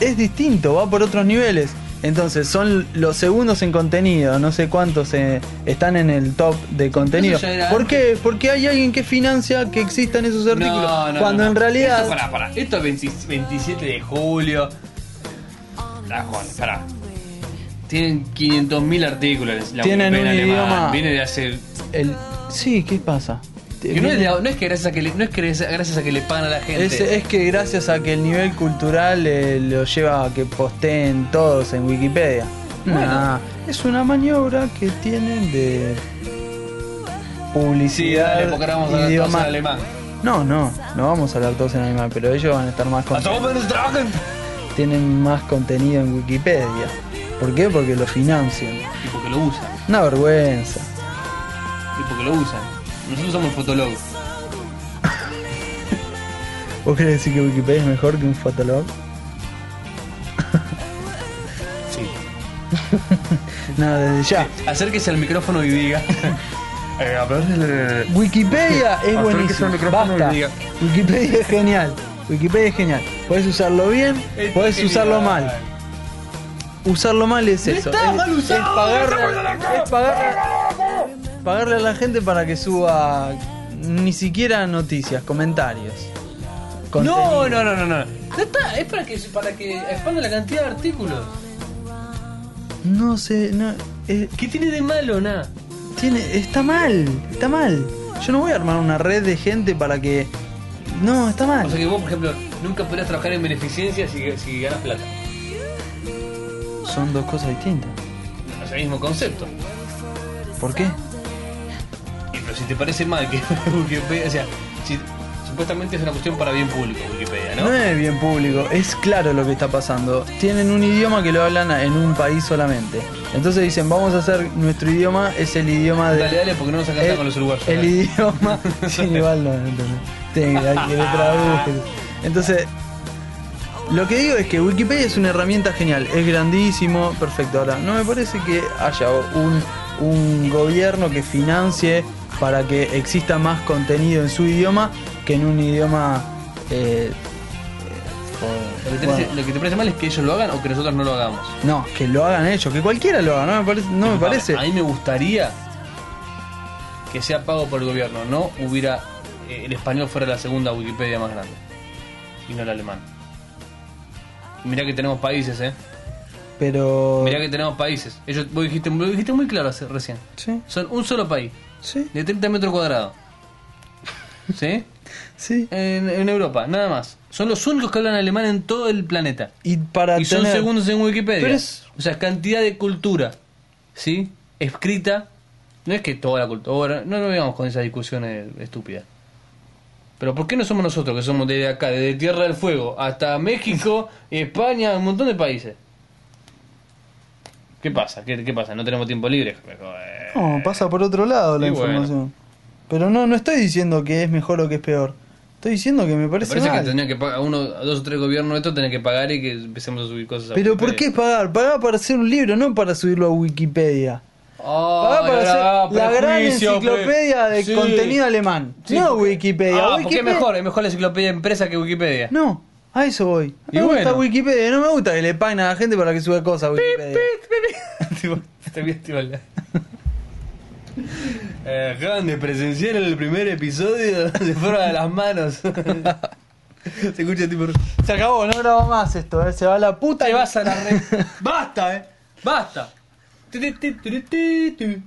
Speaker 2: Es distinto, va por otros niveles. Entonces, son los segundos en contenido, no sé cuántos eh, están en el top de contenido.
Speaker 5: ya era
Speaker 2: ¿Por qué? Porque hay alguien que financia que existan esos artículos. cuando en realidad.
Speaker 5: Esto, pará, pará. Esto es 20 27 de julio. Ah, Juan, pará. Tienen 500.000 artículos. La
Speaker 2: Tienen
Speaker 5: Wikipedia
Speaker 2: un
Speaker 5: alemana.
Speaker 2: idioma-
Speaker 5: Viene de hace.
Speaker 2: El... Sí, ¿qué pasa?
Speaker 5: que no, es de- no es que gracias a que le, no es que gracias a que le pagan a la gente.
Speaker 2: Es, es que gracias a que el nivel cultural eh, lo lleva a que posteen todos en Wikipedia. Nah, es una maniobra que tienen de
Speaker 5: Sí, dale,
Speaker 2: publicidad.
Speaker 5: porque ahora vamos a hablar todos
Speaker 2: idioma-
Speaker 5: en alemán.
Speaker 2: No, no, no vamos a hablar todos en alemán, pero ellos van a estar más
Speaker 5: ¡Hasta
Speaker 2: contentos.
Speaker 5: vos podés trabajar!
Speaker 2: Tienen más contenido en Wikipedia. ¿Por qué? Porque lo financian.
Speaker 5: Y porque lo lo usan.
Speaker 2: Una vergüenza.
Speaker 5: Sí, porque lo usan. Nosotros somos fotólogos.
Speaker 2: ¿Vos querés decir que Wikipedia es mejor que un Fotolog?
Speaker 5: Sí.
Speaker 2: No, desde ya.
Speaker 5: Acérquese al micrófono y diga. eh, a ver, eh,
Speaker 2: Wikipedia
Speaker 5: Acérquese
Speaker 2: es
Speaker 5: al
Speaker 2: buenísimo.
Speaker 5: micrófono y
Speaker 2: Basta.
Speaker 5: diga.
Speaker 2: Wikipedia es genial. Wikipedia es genial. Podés usarlo bien,
Speaker 5: es
Speaker 2: podés
Speaker 5: genial.
Speaker 2: usarlo mal. Usarlo mal es eso.
Speaker 5: está
Speaker 2: es,
Speaker 5: mal usado,
Speaker 2: es pagarle, a- es pagarle- pagarle a la gente para que suba ni siquiera noticias, comentarios.
Speaker 5: No,
Speaker 2: contenido.
Speaker 5: no, no, no, no. Ya está, es para que, para que expanda la cantidad de artículos.
Speaker 2: No sé, no. eh,
Speaker 5: ¿Qué tiene de malo, nada?
Speaker 2: Tiene, está mal, está mal. Yo no voy a armar una red de gente para que. No, está mal.
Speaker 5: O sea que vos, por ejemplo, nunca podrás trabajar en beneficencia si, si ganas plata.
Speaker 2: Son dos cosas distintas.
Speaker 5: Es el mismo concepto.
Speaker 2: ¿Por qué?
Speaker 5: Y, Pero si te parece mal que Wikipedia, o sea, si- supuestamente es una cuestión para bien público Wikipedia,
Speaker 2: ¿No?
Speaker 5: ¿no?
Speaker 2: es bien público, es claro lo que está pasando. Tienen un idioma que lo hablan en un país solamente. Entonces dicen, vamos a hacer nuestro idioma, es el idioma de.
Speaker 5: Dale, dale, porque no nos alcanza
Speaker 2: el-
Speaker 5: con los uruguayos.
Speaker 2: Eh, El
Speaker 5: dale.
Speaker 2: idioma. sí, igual no, entonces. Tiene que, hay que le traduzcan. Entonces, lo que digo es que Wikipedia es una herramienta genial, es grandísimo, perfecto. Ahora, no me parece que haya un, un gobierno que financie para que exista más contenido en su idioma que en un idioma. eh, eh,
Speaker 5: Lo que, te
Speaker 2: bueno,
Speaker 5: parece, lo que te parece mal es que ellos lo hagan o que nosotros no lo hagamos.
Speaker 2: no, que lo hagan ellos, que cualquiera lo haga, no me parece. No me parece.
Speaker 5: A mí me gustaría que sea pago por el gobierno, no hubiera eh, el español fuera la segunda Wikipedia más grande y no el alemán. Mirá que tenemos países, eh.
Speaker 2: Pero.
Speaker 5: Mirá que tenemos países. Ellos, vos dijiste, lo dijiste muy claro hace- recién.
Speaker 2: Sí,
Speaker 5: Son un solo país,
Speaker 2: sí,
Speaker 5: de 30 metros cuadrados. ¿Sí?
Speaker 2: sí.
Speaker 5: En, en Europa, nada más. Son los únicos que hablan alemán en todo el planeta.
Speaker 2: Y para
Speaker 5: Y son
Speaker 2: tener-
Speaker 5: segundos en Wikipedia.
Speaker 2: Pero es-
Speaker 5: O sea, cantidad de cultura, ¿sí? Escrita. No es que toda la cultura. No nos veamos con esas discusiones estúpidas. Pero ¿por qué no somos nosotros que somos desde acá, desde Tierra del Fuego hasta México, España, un montón de países? ¿Qué pasa? ¿Qué, qué pasa? ¿No tenemos tiempo libre? Joder.
Speaker 2: No, pasa por otro lado la
Speaker 5: Y bueno.
Speaker 2: información. Pero no, no estoy diciendo que es mejor o que es peor. Estoy diciendo que me
Speaker 5: Me
Speaker 2: parece,
Speaker 5: parece que
Speaker 2: mal.
Speaker 5: tendrían que pagar uno, dos o tres gobiernos estos tener que pagar y que empecemos a subir cosas. a
Speaker 2: Pero ¿por
Speaker 5: Wikipedia.
Speaker 2: qué pagar? Pagar para hacer un libro, no para subirlo a Wikipedia.
Speaker 5: Ah,
Speaker 2: Pagar para
Speaker 5: ahora, ah,
Speaker 2: hacer la gran
Speaker 5: prejuicio, pre-
Speaker 2: enciclopedia de
Speaker 5: Sí.
Speaker 2: contenido alemán.
Speaker 5: Sí,
Speaker 2: no
Speaker 5: porque-
Speaker 2: Wikipedia.
Speaker 5: Ah, porque es
Speaker 2: Wikipedia-
Speaker 5: mejor, es mejor la enciclopedia empresa que Wikipedia.
Speaker 2: No, a eso voy.
Speaker 5: Y
Speaker 2: Me gusta
Speaker 5: bueno.
Speaker 2: Wikipedia, no me gusta que le paguen a la gente para que suba cosas a Wikipedia.
Speaker 5: Tipo, te voy a estimular. Eh, acaban de presenciar el primer episodio de Forma de las Manos. Se escucha tipo.
Speaker 2: Se acabó, no grabo más esto, eh, se va la puta
Speaker 5: Te
Speaker 2: y
Speaker 5: vas a la red. ¡Basta, eh! ¡Basta!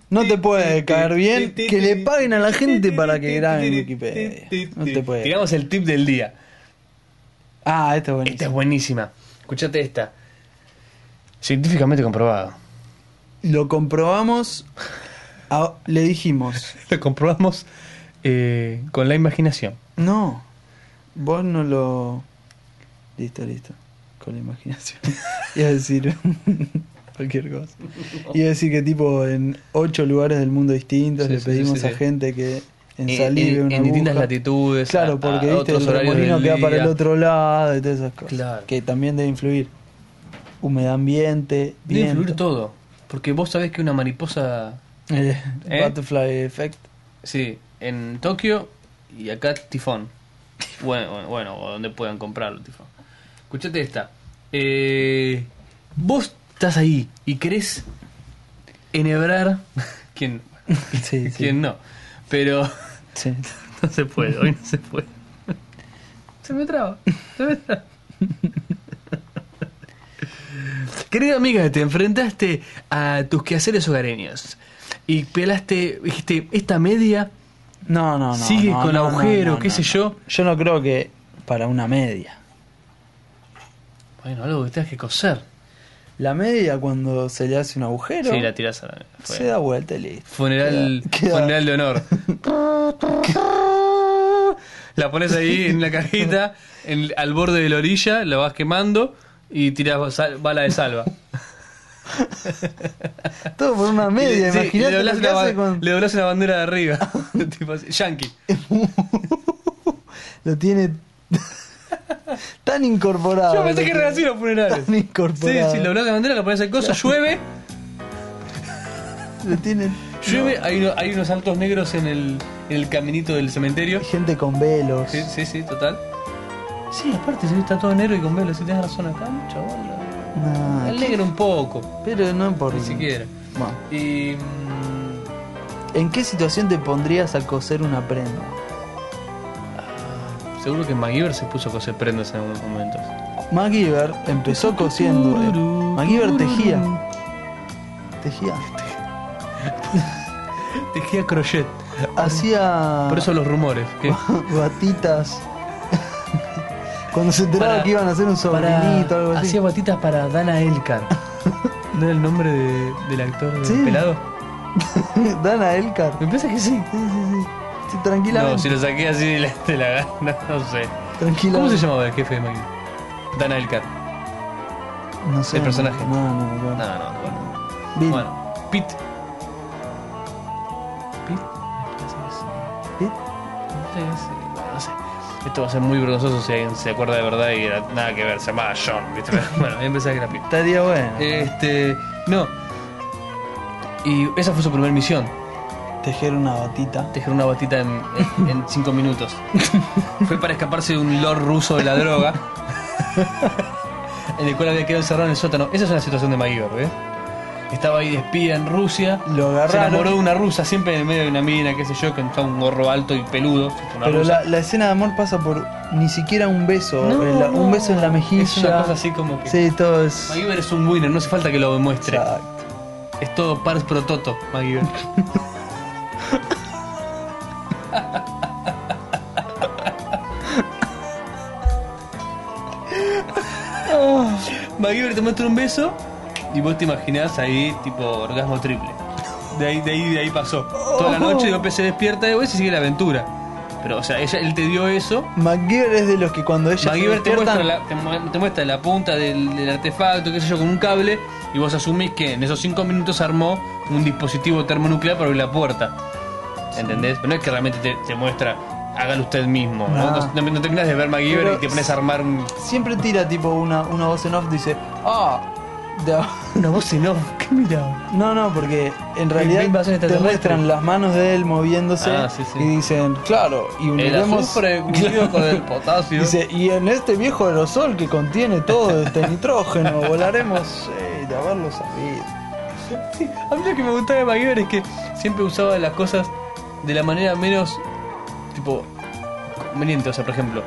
Speaker 2: No te puede caer bien que le paguen a la gente para que graben Wikipedia. No te puede.
Speaker 5: Tiramos el tip del día.
Speaker 2: Ah, esto es buenísimo.
Speaker 5: Esta Este es buenísima. Escuchate esta. Científicamente comprobado.
Speaker 2: Lo comprobamos. a- le dijimos,
Speaker 5: Lo comprobamos eh, con la imaginación.
Speaker 2: no, vos no lo. Listo, listo. Con la imaginación. Iba a decir cualquier cosa. Iba a decir que, tipo, en ocho lugares del mundo distintos
Speaker 5: Sí,
Speaker 2: le
Speaker 5: sí,
Speaker 2: pedimos
Speaker 5: sí, sí.
Speaker 2: a gente que
Speaker 5: Eh,
Speaker 2: ensalive
Speaker 5: en-
Speaker 2: una
Speaker 5: en distintas
Speaker 2: aguja.
Speaker 5: latitudes, a-
Speaker 2: Claro,
Speaker 5: a
Speaker 2: porque viste,
Speaker 5: otros
Speaker 2: el
Speaker 5: horarios
Speaker 2: remolino
Speaker 5: del
Speaker 2: queda para
Speaker 5: día.
Speaker 2: el otro lado y todas esas cosas.
Speaker 5: Claro.
Speaker 2: Que también debe influir. Humedad ambiente,
Speaker 5: Debe
Speaker 2: viento.
Speaker 5: influir todo. Porque vos sabés que una mariposa.
Speaker 2: Eh,
Speaker 5: ¿Eh?
Speaker 2: Butterfly effect.
Speaker 5: Sí, en Tokio y acá tifón. Bueno, bueno, bueno, o donde puedan comprarlo, tifón. Escuchate esta. Eh, vos estás ahí y querés enhebrar. ¿Quién?
Speaker 2: Sí, sí.
Speaker 5: ¿Quién no? Pero.
Speaker 2: Sí.
Speaker 5: No se puede, hoy no se puede. Se me traba, se me traba. Querida amiga, te enfrentaste a tus quehaceres hogareños y pelaste, dijiste, esta media
Speaker 2: No, no, no.
Speaker 5: sigue
Speaker 2: no,
Speaker 5: con
Speaker 2: no,
Speaker 5: agujero,
Speaker 2: no, no,
Speaker 5: qué
Speaker 2: no,
Speaker 5: sé
Speaker 2: no.
Speaker 5: yo.
Speaker 2: Yo no creo que para una media.
Speaker 5: Bueno, algo que tengas que coser.
Speaker 2: La media cuando se le hace un agujero
Speaker 5: sí, la tirás a la fue.
Speaker 2: se da vuelta y listo.
Speaker 5: Funeral,
Speaker 2: Queda- queda-
Speaker 5: funeral de honor. La pones ahí en la cajita, en- al borde de la orilla, la vas quemando y tiras bala de salva.
Speaker 2: Todo por una media,
Speaker 1: Sí,
Speaker 2: imagínate
Speaker 1: le,
Speaker 2: lo
Speaker 1: doblás
Speaker 2: que
Speaker 1: una, ba-
Speaker 2: hace con-
Speaker 1: le doblás una bandera de arriba. tipo así, yankee.
Speaker 2: Lo tiene tan incorporado.
Speaker 1: Yo pensé que era así los funerales.
Speaker 2: Tan incorporado.
Speaker 1: Sí, sí, doblás la bandera, lo pones en cosa, llueve,
Speaker 2: Lo tiene
Speaker 1: llueve, hay, uno- hay unos altos negros en el, en el caminito del cementerio.
Speaker 2: gente con velos.
Speaker 1: Sí, sí, sí, total. Sí, aparte, sí, está todo negro y con velo, si tenés razón acá, chaval.
Speaker 2: No,
Speaker 1: Alegra un poco,
Speaker 2: pero no importa.
Speaker 1: ni siquiera.
Speaker 2: Bueno,
Speaker 1: Y. mm,
Speaker 2: ¿En qué situación te pondrías a coser una prenda?
Speaker 1: Seguro que MacGyver se puso a coser prendas en algunos momentos.
Speaker 2: MacGyver empezó cosiendo. eh. MacGyver tejía. Tejía.
Speaker 1: Tejía crochet.
Speaker 2: Hacía
Speaker 1: Por eso los rumores. Que
Speaker 2: batitas. Cuando se enteraba
Speaker 1: Para-
Speaker 2: que iban a hacer un sobrinito o algo así.
Speaker 1: Hacía batitas para Dana Elkar. ¿No era el nombre de- del actor del
Speaker 2: Sí.
Speaker 1: pelado?
Speaker 2: Dana Elcar.
Speaker 1: Me parece que sí.
Speaker 2: Sí, sí, sí. Sí, tranquilamente.
Speaker 1: No, si lo saqué así de la, de la gana, no sé.
Speaker 2: Tranquilamente.
Speaker 1: ¿Cómo se llamaba el jefe de MacGyver? Dana Elkar.
Speaker 2: No sé.
Speaker 1: El personaje.
Speaker 2: No, no, no.
Speaker 1: No, no,
Speaker 2: no.
Speaker 1: bueno.
Speaker 2: Bill,
Speaker 1: Bueno, Pete. Pete.
Speaker 2: Pete.
Speaker 1: No sé. Esto va a ser muy vergonzoso si alguien se acuerda de verdad y era nada que ver. Se llamaba John, ¿viste? bueno, voy a empezar que era Pete.
Speaker 2: Estaría bueno.
Speaker 1: Este. No. Y esa fue su primera misión:
Speaker 2: Tejer una batita.
Speaker 1: tejer una batita en, en- en cinco minutos. fue para escaparse de un lord ruso de la droga. en el cual había quedado encerrado en el sótano. Esa es una situación de MacGyver, ¿ves? Estaba ahí de espía en Rusia.
Speaker 2: Lo
Speaker 1: Se
Speaker 2: agarraron.
Speaker 1: enamoró de una rusa, siempre en el medio de una mina, qué sé yo, que está un gorro alto y peludo. una
Speaker 2: Pero
Speaker 1: rusa.
Speaker 2: la, la escena de amor pasa por ni siquiera un beso.
Speaker 1: No,
Speaker 2: en la- un beso en la mejilla.
Speaker 1: Es una cosa así como que.
Speaker 2: Sí, todo es.
Speaker 1: MacGyver es un winner, no hace falta que lo demuestre.
Speaker 2: Exacto.
Speaker 1: Es todo pars pro toto, MacGyver. MacGyver te muestra un beso y vos te imaginás ahí tipo orgasmo triple. De ahí, de ahí, de ahí pasó. Toda la noche y López se despierta de vos y sigue la aventura. Pero, o sea, ella, él te dio eso.
Speaker 2: MacGyver es de los que cuando ella
Speaker 1: MacGyver te muestra,
Speaker 2: despiertan,
Speaker 1: la, te, mu- te muestra la punta del, del artefacto, qué sé yo, con un cable, y vos asumís que en esos cinco minutos armó un dispositivo termonuclear para abrir la puerta. ¿Entendés? Pero no es que realmente te, te muestra, hágalo usted mismo. No,
Speaker 2: Nah.
Speaker 1: no, no- no terminas de ver MacGyver
Speaker 2: Pero-
Speaker 1: y te pones a armar un.
Speaker 2: siempre tira tipo una, una voz en off, dice, ah, de-
Speaker 1: Una voz en off, qué mirada.
Speaker 2: no, no, porque en realidad
Speaker 1: invasión
Speaker 2: te
Speaker 1: extraterrestre.
Speaker 2: muestran las manos de él moviéndose
Speaker 1: Ah, sí, sí.
Speaker 2: y dicen, claro, y
Speaker 1: El
Speaker 2: uniremos,
Speaker 1: azufre unido con el potasio.
Speaker 2: dice, y en este viejo aerosol que contiene todo este nitrógeno, volaremos, eh, de haberlo sabido.
Speaker 1: A mí lo que me gustaba de MacGyver es que siempre usaba las cosas de la manera menos, tipo, conveniente. O sea, por ejemplo,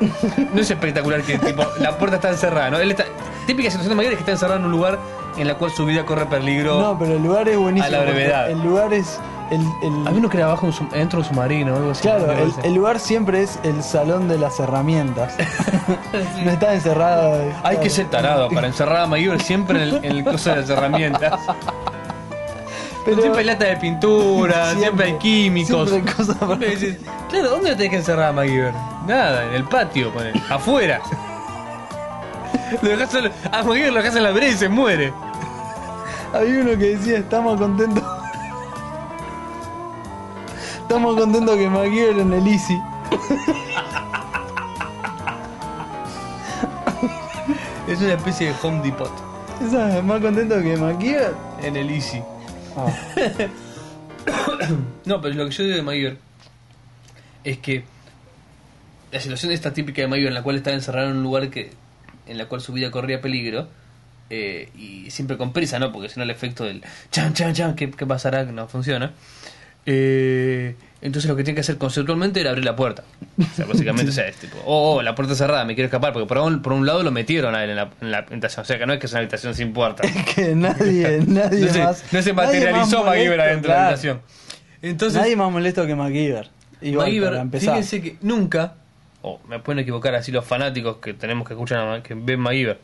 Speaker 1: no es espectacular que, tipo, la puerta está encerrada, ¿no? Él está... Típica situación de MacGyver es que está encerrado en un lugar en la cual su vida corre peligro.
Speaker 2: No, pero el lugar es buenísimo.
Speaker 1: A la
Speaker 2: porque
Speaker 1: brevedad.
Speaker 2: El lugar es... El, el-
Speaker 1: Había uno que era abajo, un sub- dentro de un submarino o algo así.
Speaker 2: Claro,
Speaker 1: me
Speaker 2: el,
Speaker 1: parece.
Speaker 2: el lugar siempre es el salón de las herramientas. No está encerrado.
Speaker 1: Hay
Speaker 2: claro.
Speaker 1: que ser tarado para encerrar a MacGyver siempre en el, en el coso de las herramientas.
Speaker 2: Pero-
Speaker 1: siempre hay lata de pintura, siempre, hay químicos.
Speaker 2: siempre hay cosas para-
Speaker 1: Vos le decís, claro, ¿dónde lo tenés que encerrar a MacGyver? Nada, en el patio, poné, afuera. Lo dejás solo- a MacGyver lo dejás en la vereda y se muere.
Speaker 2: Había uno que decía, estamos contentos. Estamos contentos que MacGyver en el Easy.
Speaker 1: Es una especie de Home Depot
Speaker 2: ¿Sabes? Más contento que MacGyver.
Speaker 1: en el Easy.
Speaker 2: Ah.
Speaker 1: No, pero lo que yo digo de MacGyver es que la situación esta típica de MacGyver en la cual estaba encerrado en un lugar que en la cual su vida corría peligro eh, y siempre con prisa, ¿no? Porque si no el efecto del chan, chan, chan, ¿qué, qué pasará? Que no funciona. Eh, entonces lo que tiene que hacer conceptualmente era abrir la puerta. O sea, básicamente, o sea, es tipo, oh, oh, la puerta cerrada, me quiero escapar. Porque por un, por un lado lo metieron a él en la, en la habitación. O sea, que no es que es una habitación sin puerta
Speaker 2: Que nadie, nadie
Speaker 1: no se,
Speaker 2: más.
Speaker 1: no se
Speaker 2: nadie más
Speaker 1: materializó MacGyver
Speaker 2: molesto,
Speaker 1: adentro de la
Speaker 2: claro.
Speaker 1: habitación. Entonces,
Speaker 2: nadie más molesto que MacGyver. Igual,
Speaker 1: MacGyver,
Speaker 2: para empezar.
Speaker 1: fíjense que nunca, o me pueden equivocar así los fanáticos que tenemos que escuchar, a Ma- que ven MacGyver.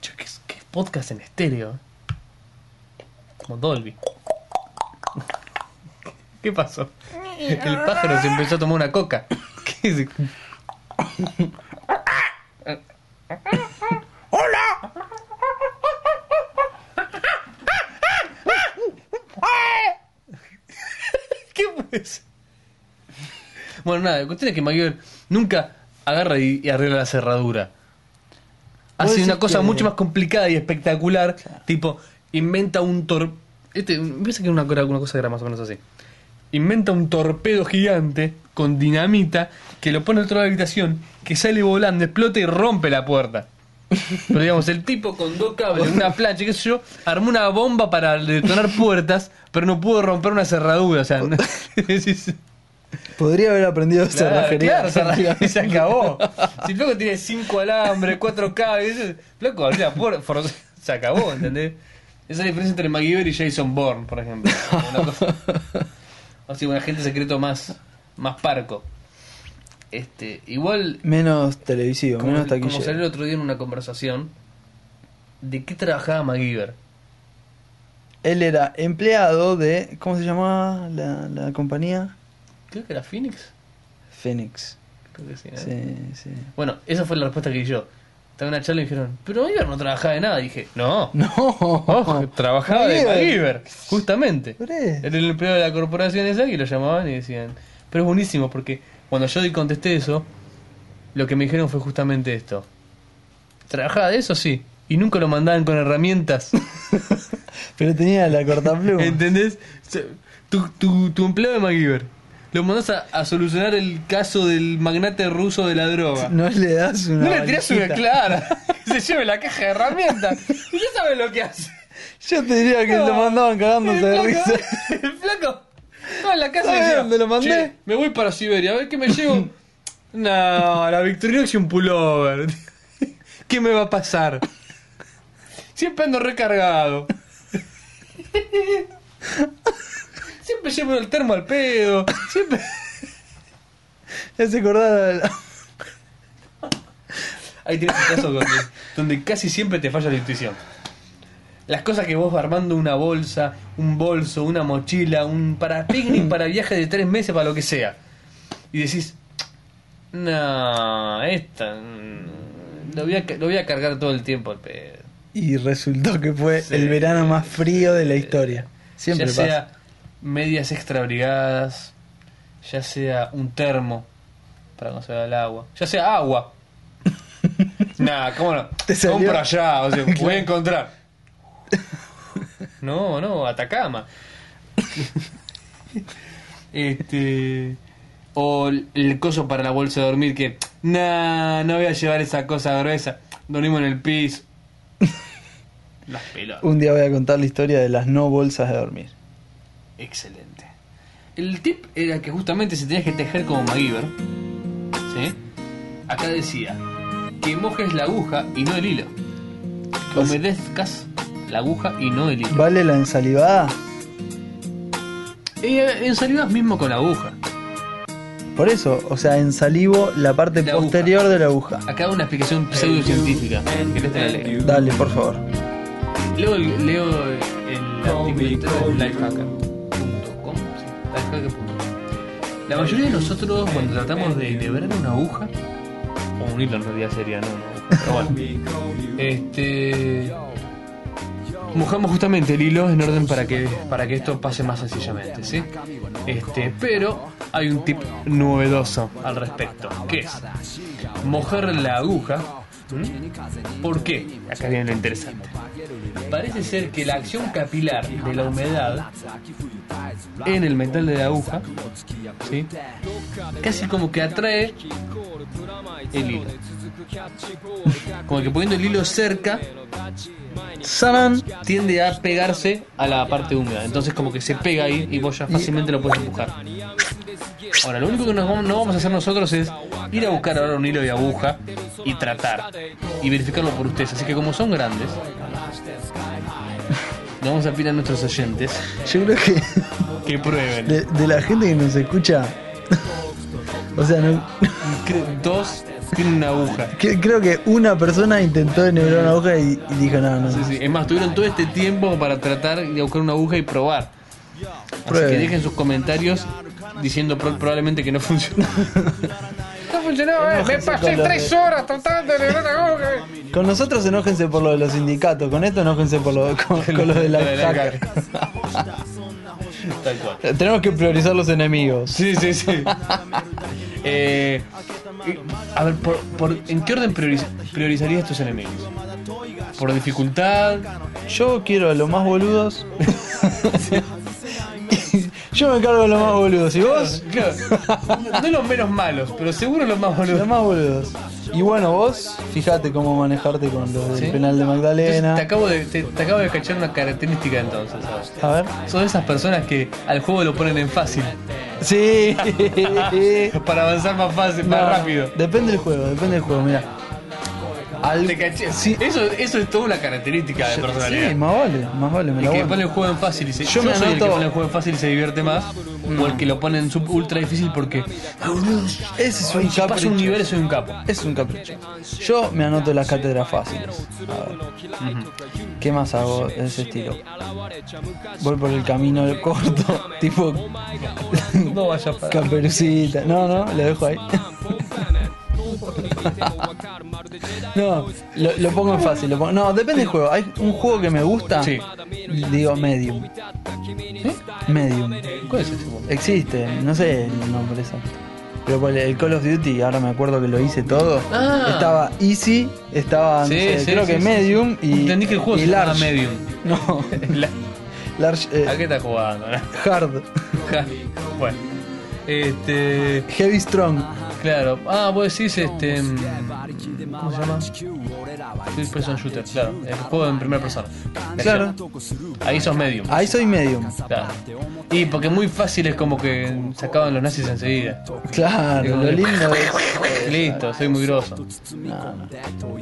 Speaker 1: Che, ¿qué, es- qué podcast en estéreo? eh? Como Dolby. ¿Qué pasó? El pájaro se empezó a tomar una coca. ¿Qué es? ¿Qué pues? Bueno, nada, la cuestión es que McGiver nunca agarra y, y arregla la cerradura. Hace
Speaker 2: decís
Speaker 1: una cosa
Speaker 2: que-
Speaker 1: mucho más complicada y espectacular, tipo, inventa un tor... Este, me parece que era una, era una cosa que era más o menos así. Inventa un torpedo gigante con dinamita que lo pone al otro lado de la habitación, que sale volando, explota y rompe la puerta. Pero digamos, el tipo con dos cables, una plancha, qué sé yo, armó una bomba para detonar puertas, pero no pudo romper una cerradura. O sea, no- decís,
Speaker 2: Podría haber aprendido
Speaker 1: claro,
Speaker 2: cerrajería.
Speaker 1: claro, cerrajería, se acabó. Si el flaco tiene cinco alambres, cuatro cables, eso- flaco, abrí la puerta, for- se acabó, ¿entendés? Esa es la diferencia entre MacGyver y Jason Bourne, por ejemplo. Una cosa- así, un agente secreto más, más parco. Este, igual
Speaker 2: Menos televisivo,
Speaker 1: como,
Speaker 2: menos
Speaker 1: como salió el
Speaker 2: taquillero.
Speaker 1: otro día en una conversación, ¿de qué trabajaba MacGyver?
Speaker 2: Él era empleado de. ¿Cómo se llamaba la, la compañía?
Speaker 1: Creo que era Phoenix.
Speaker 2: Phoenix.
Speaker 1: Creo que sí, ¿eh?
Speaker 2: Sí, sí.
Speaker 1: Bueno, esa fue la respuesta que di yo. Estaba en una charla y dijeron, pero MacGyver no trabajaba de nada. Y dije, no,
Speaker 2: No.
Speaker 1: Ojo, trabajaba de
Speaker 2: MacGyver.
Speaker 1: MacGyver, justamente.
Speaker 2: Por eso.
Speaker 1: Era el empleado de la corporación esa y lo llamaban y decían. Pero es buenísimo porque cuando yo contesté eso, lo que me dijeron fue justamente esto. Trabajaba de eso, sí. Y nunca lo mandaban con herramientas.
Speaker 2: Pero tenía la cortapluma.
Speaker 1: ¿Entendés? Se- Tu, tu, tu empleado de MacGyver. Lo mandás a, a solucionar el caso del magnate ruso de la droga.
Speaker 2: No le das una.
Speaker 1: No le tirás una
Speaker 2: valijita.
Speaker 1: clara. Se lleve la caja de herramientas. Y ya sabe lo que hace.
Speaker 2: Yo te diría que lo mandaban cagándose de
Speaker 1: El flaco-
Speaker 2: risa.
Speaker 1: El flaco. Estaba en la casa y
Speaker 2: ¿Sabe
Speaker 1: decía,
Speaker 2: dónde lo mandé?
Speaker 1: "Che, me voy para Siberia, a ver qué me llevo. no, la Victorinox y un pullover. ¿Qué me va a pasar? Siempre ando recargado. Siempre llevo el termo al pedo. Siempre.
Speaker 2: Ya se acordaba. de la-
Speaker 1: Ahí tienes un caso donde, donde casi siempre te falla la intuición. Las cosas que vos vas armando una bolsa, un bolso, una mochila, un para picnic, para viaje de tres meses, para lo que sea. Y decís, no, esta... mm, Lo voy, a, ca- lo voy a cargar todo el tiempo al pedo".
Speaker 2: Y resultó que fue
Speaker 1: Sí.
Speaker 2: el verano más frío de la historia. Siempre
Speaker 1: ya
Speaker 2: pasa.
Speaker 1: sea medias extra abrigadas, ya sea un termo para conservar el agua, ya sea agua. nah, cómo no.
Speaker 2: Te salió-
Speaker 1: Compro allá, o sea, voy a encontrar. No, no, Atacama. este o el- el coso para la bolsa de dormir que nah, no voy a llevar esa cosa gruesa. Dormimos en el piso. Las pelotas.
Speaker 2: Un día voy a contar la historia de las no bolsas de dormir.
Speaker 1: Excelente. El tip era que justamente se tenías que tejer como MacGyver. ¿Sí? Acá decía que mojes la aguja y no el hilo. Que
Speaker 2: O sea-
Speaker 1: humedezcas la aguja y no el hilo.
Speaker 2: ¿Vale la ensalivada?
Speaker 1: Y eh, ensalidas mismo con la aguja.
Speaker 2: Por eso, o sea, ensalivo la parte
Speaker 1: La aguja.
Speaker 2: posterior de la aguja.
Speaker 1: Acá una explicación pseudocientífica. ¿Querés te la leo?
Speaker 2: Dale, por favor.
Speaker 1: Leo, el- leo el artículo entero en lifehacker.com. sí, lifehacker.com. La mayoría de nosotros cuando tratamos de enhebrar una aguja, o un hilo en realidad sería, no, no, pero bueno, este, mojamos justamente el hilo en orden para que, para que esto pase más sencillamente, ¿sí? Este, pero hay un tip novedoso al respecto, que es mojar la aguja. ¿m? ¿Por qué? Acá viene lo interesante. Parece ser que la acción capilar de la humedad en el metal de la aguja, ¿sí? casi como que atrae el hilo. Como que poniendo el hilo cerca,
Speaker 2: Sanan.
Speaker 1: tiende a pegarse a la parte húmeda. Entonces como que se pega ahí y vos ya fácilmente lo puedes empujar. Ahora, lo único que nos vamos- no vamos a hacer nosotros es ir a buscar ahora un hilo de aguja y tratar y verificarlo por ustedes. Así que como son grandes, le vamos a pedir a nuestros oyentes
Speaker 2: Yo creo que
Speaker 1: que prueben.
Speaker 2: de, de la gente que nos escucha. o sea, no-
Speaker 1: Cre- Dos tienen una aguja.
Speaker 2: que- creo que una persona intentó enhebrar una aguja y, y dijo: No, no.
Speaker 1: Sí, sí. Es más, tuvieron todo este tiempo para tratar de buscar una aguja y probar. Así
Speaker 2: Prueben.
Speaker 1: que dejen sus comentarios diciendo pro- probablemente que no funcionó.
Speaker 6: está funcionando, eh. Me
Speaker 2: Enójense
Speaker 6: pasé
Speaker 2: con los
Speaker 6: tres
Speaker 2: de-
Speaker 6: horas tratando de lograr la aguja.
Speaker 2: Con nosotros enójense por lo de los sindicatos, con esto enójense por lo, con, con lo de la hacker.
Speaker 1: Tal cual.
Speaker 2: Tenemos que priorizar los enemigos.
Speaker 1: Sí, sí, sí. Eh, eh, a ver, por, por- ¿en qué orden prioriz- priorizarías tus enemigos? ¿Por dificultad?
Speaker 2: Yo quiero a los más boludos. Yo me encargo de los más boludos. ¿Y vos?
Speaker 1: Claro, no los menos malos, pero seguro los más
Speaker 2: Los
Speaker 1: boludos.
Speaker 2: más boludos. Y bueno, vos, fíjate cómo manejarte con los del
Speaker 1: ¿Sí?
Speaker 2: penal de
Speaker 1: Entonces, te,
Speaker 2: Magdalena.
Speaker 1: acabo de, te, te acabo de cachar una característica entonces. ¿sabes?
Speaker 2: A ver.
Speaker 1: Son esas personas que al juego lo ponen en fácil.
Speaker 2: Sí.
Speaker 1: Para avanzar más fácil,
Speaker 2: No,
Speaker 1: más rápido.
Speaker 2: Depende del juego, depende del juego, mira.
Speaker 1: Te caché. Eso, eso es toda una característica de personalidad.
Speaker 2: Sí, más vale, más vale, me
Speaker 1: El
Speaker 2: la
Speaker 1: que
Speaker 2: guardo.
Speaker 1: pone el juego en fácil y se, yo,
Speaker 2: Yo me
Speaker 1: soy el que
Speaker 2: anoto- Mm.
Speaker 1: pone el juego en fácil y se divierte más o el que lo pone en sub ultra difícil porque "Ah, boludo,
Speaker 2: Ese es un
Speaker 1: si paso
Speaker 2: capricho.
Speaker 1: un nivel soy un capo
Speaker 2: Es un capricho. Yo me anoto las cátedras fáciles. A ver. ¿Qué más hago de ese estilo? Voy por el camino corto, tipo
Speaker 1: no vayas para
Speaker 2: Caperucita. No, no, lo dejo ahí. No, lo, lo pongo en fácil. Lo pongo- No, depende del juego. Hay un juego que me gusta.
Speaker 1: Sí.
Speaker 2: Digo Medium. Medium.
Speaker 1: ¿cuál es ese juego?
Speaker 2: Existe, no sé el nombre exacto. Pero por el Call of Duty, ahora me acuerdo que lo hice todo.
Speaker 1: Ah.
Speaker 2: Estaba Easy, estaba no
Speaker 1: Sí,
Speaker 2: sé,
Speaker 1: sí,
Speaker 2: creo
Speaker 1: sí,
Speaker 2: que
Speaker 1: sí,
Speaker 2: Medium y.
Speaker 1: entendí que el juego
Speaker 2: y
Speaker 1: se llama
Speaker 2: Large.
Speaker 1: Medium
Speaker 2: No,
Speaker 1: La-
Speaker 2: Large, eh,
Speaker 1: ¿a qué estás jugando?
Speaker 2: Hard,
Speaker 1: Ja, bueno este
Speaker 2: Heavy Strong.
Speaker 1: claro ah vos decís este mm, ¿cómo se llama? Third person shooter claro el juego en primera persona De
Speaker 2: Claro.
Speaker 1: acción. ahí sos medium
Speaker 2: Ahí soy Medium.
Speaker 1: claro y porque muy fácil es como que sacaban los nazis enseguida
Speaker 2: Claro, lo lindo es.
Speaker 1: Listo, soy muy grosso.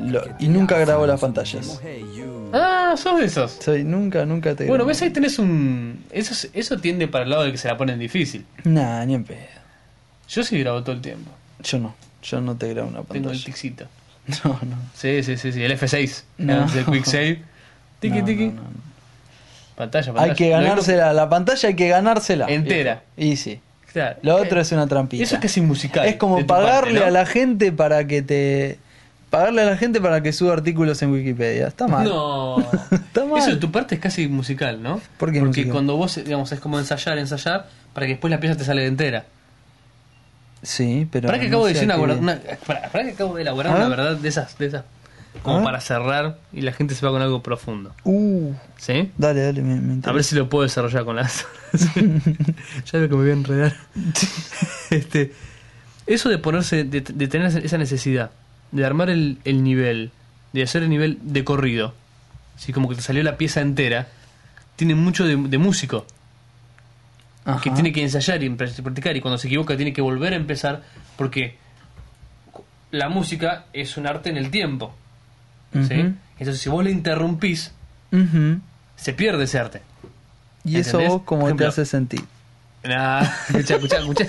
Speaker 2: lo- y nunca grabo las pantallas.
Speaker 1: Ah, sos de esos.
Speaker 2: Soy, nunca, nunca te
Speaker 1: Bueno,
Speaker 2: grabo.
Speaker 1: ves ahí tenés un. Eso, es- eso tiende para el lado de que se la ponen difícil.
Speaker 2: Nah, ni en pedo.
Speaker 1: Yo sí grabo todo el tiempo.
Speaker 2: Yo no. Yo no te grabo una
Speaker 1: Tengo el
Speaker 2: pantalla.
Speaker 1: ticsito.
Speaker 2: No, no.
Speaker 1: Sí, sí, sí, sí. El F6.
Speaker 2: No.
Speaker 1: El Quick Save. Tiki,
Speaker 2: No,
Speaker 1: tiki.
Speaker 2: no, no, no.
Speaker 1: Pantalla, pantalla.
Speaker 2: Hay que
Speaker 1: Lo mismo-
Speaker 2: ganársela, la pantalla hay que ganársela.
Speaker 1: Entera.
Speaker 2: Y sí.
Speaker 1: Claro.
Speaker 2: Lo otro es una trampita.
Speaker 1: Eso es casi musical.
Speaker 2: Es como
Speaker 1: de tu
Speaker 2: pagarle
Speaker 1: parte, ¿no?
Speaker 2: a la gente para que te. Pagarle a la gente para que suba artículos en Wikipedia. Está mal.
Speaker 1: No.
Speaker 2: Está mal.
Speaker 1: Eso de tu parte es casi musical, ¿no?
Speaker 2: ¿Por
Speaker 1: Porque
Speaker 2: qué musical?
Speaker 1: cuando vos, digamos, es como ensayar, ensayar, para que después la pieza te sale entera.
Speaker 2: Sí, pero.
Speaker 1: Para que
Speaker 2: Ah, no
Speaker 1: acabo de
Speaker 2: sé
Speaker 1: decir una,
Speaker 2: a qué- ¿Ah?
Speaker 1: guarda- una- pará, pará que acabo de elaborar
Speaker 2: A
Speaker 1: una
Speaker 2: ver.
Speaker 1: verdad de esas, de esas, como
Speaker 2: ver.
Speaker 1: para cerrar y la gente se va con algo profundo,
Speaker 2: Uh,
Speaker 1: ¿sí?
Speaker 2: dale, dale, me, me
Speaker 1: A ver
Speaker 2: interesa.
Speaker 1: si lo puedo desarrollar con las. ya veo que me voy a enredar. este, eso de ponerse, de, de tener esa necesidad, de armar el, el nivel, de hacer el nivel de corrido, así como que te salió la pieza entera, tiene mucho de, de músico.
Speaker 2: Ajá.
Speaker 1: que tiene que ensayar y empe- practicar y cuando se equivoca tiene que volver a empezar porque cu- la música es un arte en el tiempo. ¿sí?
Speaker 2: Ujú.
Speaker 1: Entonces si vos le interrumpís,
Speaker 2: Ujú.
Speaker 1: se pierde ese arte.
Speaker 2: Y eso
Speaker 1: ¿Entendés?
Speaker 2: vos, ¿cómo
Speaker 1: Por
Speaker 2: te
Speaker 1: ejemplo-
Speaker 2: hace sentir?
Speaker 1: Nah, escuchá, escuchá, escuchá.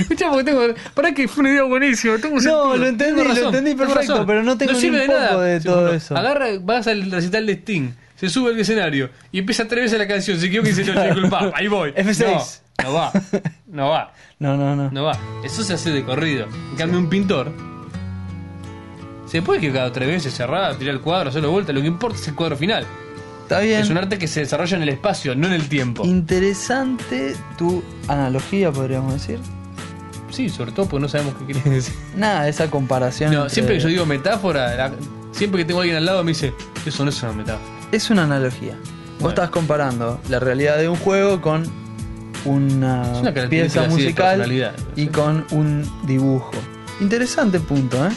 Speaker 1: escuchá porque tengo... Pará que fue una idea buenísima. Tengo sentido,
Speaker 2: lo entendí,
Speaker 1: tengo
Speaker 2: lo entendí
Speaker 1: tengo
Speaker 2: perfecto, pero no tengo ni
Speaker 1: sirve
Speaker 2: un
Speaker 1: de nada.
Speaker 2: poco de
Speaker 1: Sí,
Speaker 2: todo
Speaker 1: bueno,
Speaker 2: eso.
Speaker 1: Agarra, vas al recital de Sting, se sube al escenario y empieza tres veces la canción, se equivoca y dice, no, disculpa, ahí voy.
Speaker 2: F6.
Speaker 1: No, no va, no va.
Speaker 2: No, no, no.
Speaker 1: No va. Eso se hace de corrido. En cambio, un pintor. Se puede que cada tres veces cerrar, tirar el cuadro, hacerlo de vuelta. Lo que importa es el cuadro final.
Speaker 2: Está bien.
Speaker 1: Es un arte que se desarrolla en el espacio, no en el tiempo.
Speaker 2: Interesante tu analogía, podríamos decir.
Speaker 1: Sí, sobre todo porque no sabemos qué quiere decir.
Speaker 2: Nada, esa comparación.
Speaker 1: No,
Speaker 2: entre-
Speaker 1: siempre que yo digo metáfora, la- siempre que tengo a alguien al lado me dice, eso no es una metáfora.
Speaker 2: Es una analogía. Vos
Speaker 1: Bueno.
Speaker 2: estás comparando la realidad de un juego con una,
Speaker 1: Es una característica
Speaker 2: pieza
Speaker 1: así de
Speaker 2: musical
Speaker 1: personalidad,
Speaker 2: y
Speaker 1: sí.
Speaker 2: con un dibujo. Interesante punto, ¿eh?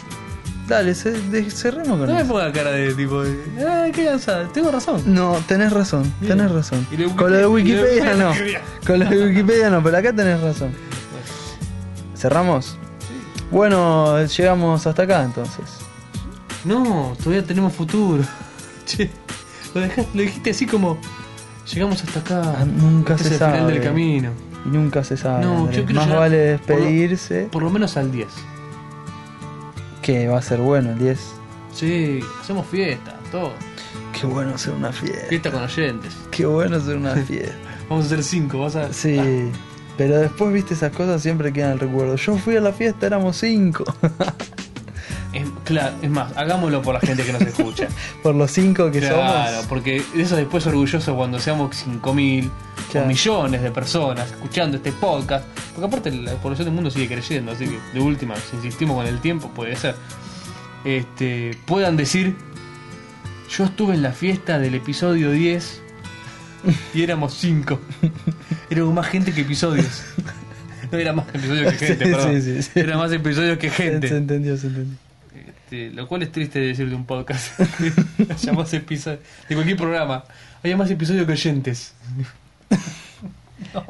Speaker 2: Dale, ce- de- cerremos con
Speaker 1: No me
Speaker 2: eso.
Speaker 1: ponga cara de tipo, de, ay, qué cansada, tengo razón.
Speaker 2: No, tenés razón,
Speaker 1: Bien.
Speaker 2: tenés razón.
Speaker 1: Y de Wikipedia-
Speaker 2: Con lo de
Speaker 1: y
Speaker 2: Wikipedia
Speaker 1: de
Speaker 2: no.
Speaker 1: Wikipedia.
Speaker 2: Con lo de Wikipedia no, pero acá tenés razón. ¿Cerramos? Bueno, llegamos hasta acá entonces.
Speaker 1: No, todavía tenemos futuro. Che, lo, dejaste, lo dijiste así como, llegamos hasta acá.
Speaker 2: Ah, nunca
Speaker 1: este
Speaker 2: se
Speaker 1: es el final
Speaker 2: sabe.
Speaker 1: del camino.
Speaker 2: Y nunca se sabe.
Speaker 1: No, yo
Speaker 2: Andrés.
Speaker 1: creo
Speaker 2: Más
Speaker 1: ya-
Speaker 2: vale
Speaker 1: por lo-
Speaker 2: despedirse,
Speaker 1: Por lo menos al 10.
Speaker 2: que va a ser bueno el 10.
Speaker 1: Sí, hacemos fiesta, todo.
Speaker 2: Qué bueno hacer una fiesta.
Speaker 1: Fiesta con oyentes.
Speaker 2: Qué bueno hacer una fiesta.
Speaker 1: Vamos a hacer 5, vas a.
Speaker 2: Sí. Pero después, viste, esas cosas siempre quedan en el recuerdo. Yo fui a la fiesta, éramos cinco.
Speaker 1: Es, claro, es más, hagámoslo por la gente que nos escucha.
Speaker 2: Por los cinco que
Speaker 1: claro,
Speaker 2: somos.
Speaker 1: porque eso después orgulloso cuando seamos 5.000
Speaker 2: Claro.
Speaker 1: o millones de personas escuchando este podcast. Porque aparte la población del mundo sigue creciendo, así que de última, si insistimos con el tiempo, puede ser. Este, puedan decir, yo estuve en la fiesta del episodio 10 y éramos 5. Era más gente que episodios. No era más episodios que gente,
Speaker 2: Sí,
Speaker 1: perdón.
Speaker 2: sí, sí.
Speaker 1: Era más episodios que gente.
Speaker 2: Se entendió, se entendió.
Speaker 1: Este, lo cual es triste decir de un podcast. Haya más episodio- de cualquier programa. Hay más episodios que oyentes.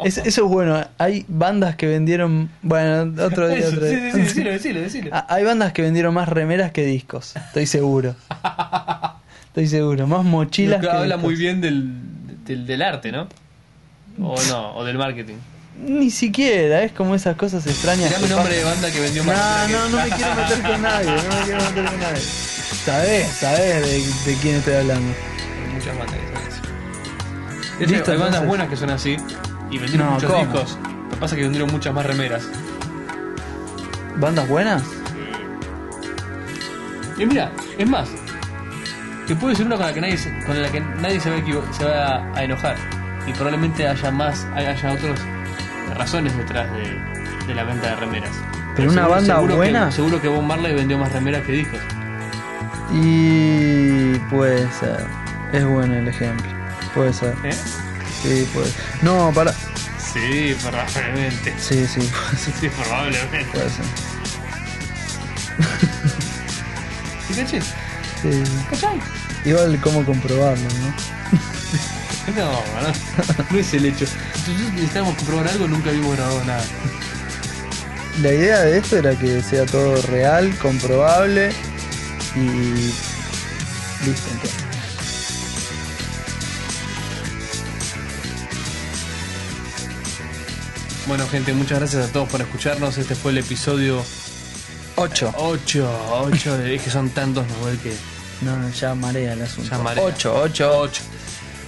Speaker 2: Es- eso es bueno. ¿eh? Hay bandas que vendieron. Bueno, otro día,
Speaker 1: Eso,
Speaker 2: otro
Speaker 1: sí,
Speaker 2: día.
Speaker 1: sí, sí, decilo, decilo, decilo.
Speaker 2: Ah, Hay bandas que vendieron más remeras que discos. Estoy seguro. Estoy seguro. Más
Speaker 1: Lo
Speaker 2: mochilas
Speaker 1: que
Speaker 2: que
Speaker 1: habla
Speaker 2: discos.
Speaker 1: muy bien del, del, del arte, ¿no? O no, o del marketing.
Speaker 2: Ni siquiera, es como esas cosas extrañas.
Speaker 1: Dame
Speaker 2: que
Speaker 1: nombre de banda que vendió más.
Speaker 2: No,
Speaker 1: que-
Speaker 2: no, no me quiero meter con nadie, no me quiero meter con nadie. Sabés, sabés de, de quién estoy hablando.
Speaker 1: Hay muchas bandas que son así. Es
Speaker 2: Listo,
Speaker 1: que hay bandas
Speaker 2: entonces.
Speaker 1: buenas que son así y vendieron
Speaker 2: No,
Speaker 1: muchos
Speaker 2: ¿cómo?
Speaker 1: discos. Lo que pasa es que vendieron muchas más remeras.
Speaker 2: ¿Bandas buenas?
Speaker 1: Y mira, es más, te puedo decir una con la que nadie se, con la que nadie se va, a, equivo- se va a, a enojar. Y probablemente haya más, haya otras razones detrás de, de la venta de remeras.
Speaker 2: una banda
Speaker 1: que-
Speaker 2: buena?
Speaker 1: seguro que Bob Marley vendió más remeras que discos.
Speaker 2: Y puede ser. Es bueno el ejemplo. Puede ser.
Speaker 1: ¿Eh?
Speaker 2: Sí, puede ser. No, para.
Speaker 1: Sí, probablemente.
Speaker 2: Sí, sí, puede ser.
Speaker 1: Sí, probablemente.
Speaker 2: Puede ser.
Speaker 1: ¿Sí caché?
Speaker 2: Sí, sí. Igual cómo comprobarlo, ¿no?
Speaker 1: No, no, no es el hecho. Entonces necesitamos comprobar algo, nunca habíamos grabado nada.
Speaker 2: La idea de esto era que sea todo real, comprobable y. Listo, entonces.
Speaker 1: Bueno, gente, muchas gracias a todos por escucharnos. Este fue el episodio
Speaker 2: 8.
Speaker 1: 8, 8, es que son tantos, Nahuel, que
Speaker 2: No, ya marea el asunto.
Speaker 1: Ya marea.
Speaker 2: 8, 8,
Speaker 1: 8.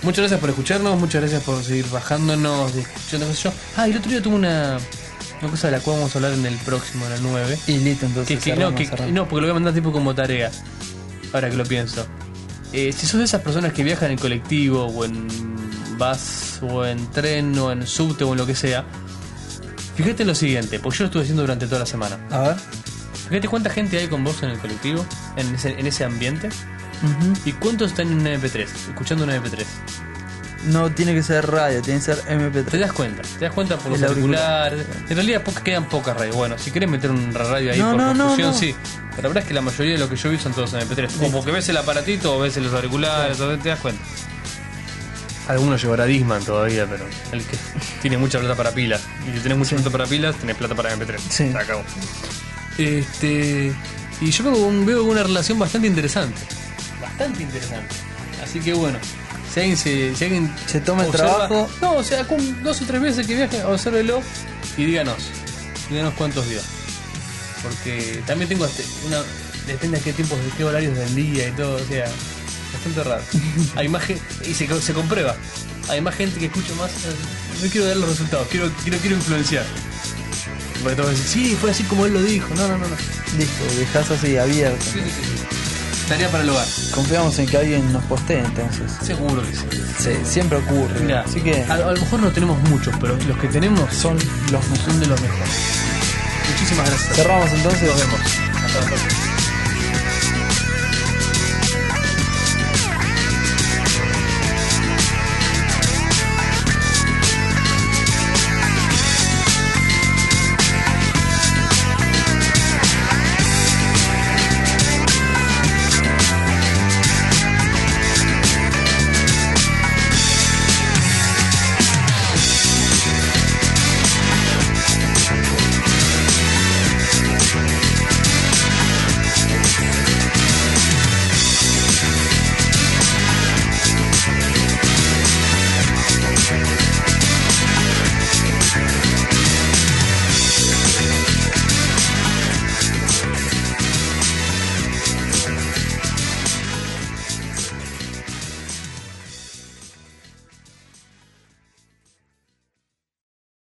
Speaker 1: Muchas gracias por escucharnos, muchas gracias por seguir bajándonos, escuchando qué sé yo. Ah, y el otro día tuve una, una cosa de la cual vamos a hablar en el próximo, en el 9.
Speaker 2: Y listo,
Speaker 1: Que,
Speaker 2: entonces.
Speaker 1: que no,
Speaker 2: cerramos,
Speaker 1: que,
Speaker 2: cerramos.
Speaker 1: no, porque lo voy a mandar tipo como tarea, ahora que lo pienso. Eh, si sos de esas personas que viajan en colectivo, o en bus, o en tren, o en subte, o en lo que sea, fíjate en lo siguiente, porque yo lo estuve haciendo durante toda la semana.
Speaker 2: A ver.
Speaker 1: Fíjate cuánta gente hay con vos en el colectivo, en ese, en ese ambiente,
Speaker 2: Ujú.
Speaker 1: y cuántos están en un MP3, escuchando un MP3.
Speaker 2: No tiene que ser radio, tiene que ser
Speaker 1: Te
Speaker 2: MP3.
Speaker 1: das cuenta, te das cuenta por los
Speaker 2: El auricular.
Speaker 1: auriculares. En realidad poca- quedan pocas radios. Bueno, si querés meter un radio ahí
Speaker 2: No,
Speaker 1: por
Speaker 2: no, no,
Speaker 1: confusión,
Speaker 2: no.
Speaker 1: sí. Pero la verdad es que la mayoría de lo que yo vi son todos en MP3. O porque ves el aparatito o ves los auriculares, o te das cuenta. Algunos llevará Disman todavía, pero el que tiene mucha plata para pilas. Y si tenés mucha plata para pilas, tenés plata para MP3.
Speaker 2: Sí.
Speaker 1: Se acabó. Este. Y yo veo, un- veo una relación bastante interesante. Bastante interesante. Así que bueno, si alguien se, si alguien
Speaker 2: Se toma el trabajo.
Speaker 1: No, o sea, con dos o tres veces que viaje, obsérvelo y díganos. Díganos cuántos días. Porque también tengo este- una. Depende de qué tiempos, de qué horarios del día y todo, o sea, bastante raro. Hay más gen- y se, co- se comprueba. Hay más gente que escucha más. eh, No quiero dar los resultados, quiero, quiero, quiero influenciar. Porque todos dicen, sí, fue así como él lo dijo. No, no, no, no.
Speaker 2: Listo, dejas así abierto.
Speaker 1: Sí, sí, sí, sí. Tarea para el hogar.
Speaker 2: Confiamos en que alguien nos postee entonces.
Speaker 1: Seguro que sí.
Speaker 2: Sí, siempre ocurre.
Speaker 1: Mira,
Speaker 2: Así que
Speaker 1: a, a lo mejor no tenemos muchos, pero los que tenemos son los son de los mejores. Muchísimas gracias.
Speaker 2: cerramos entonces.
Speaker 1: Nos vemos. Hasta la próxima.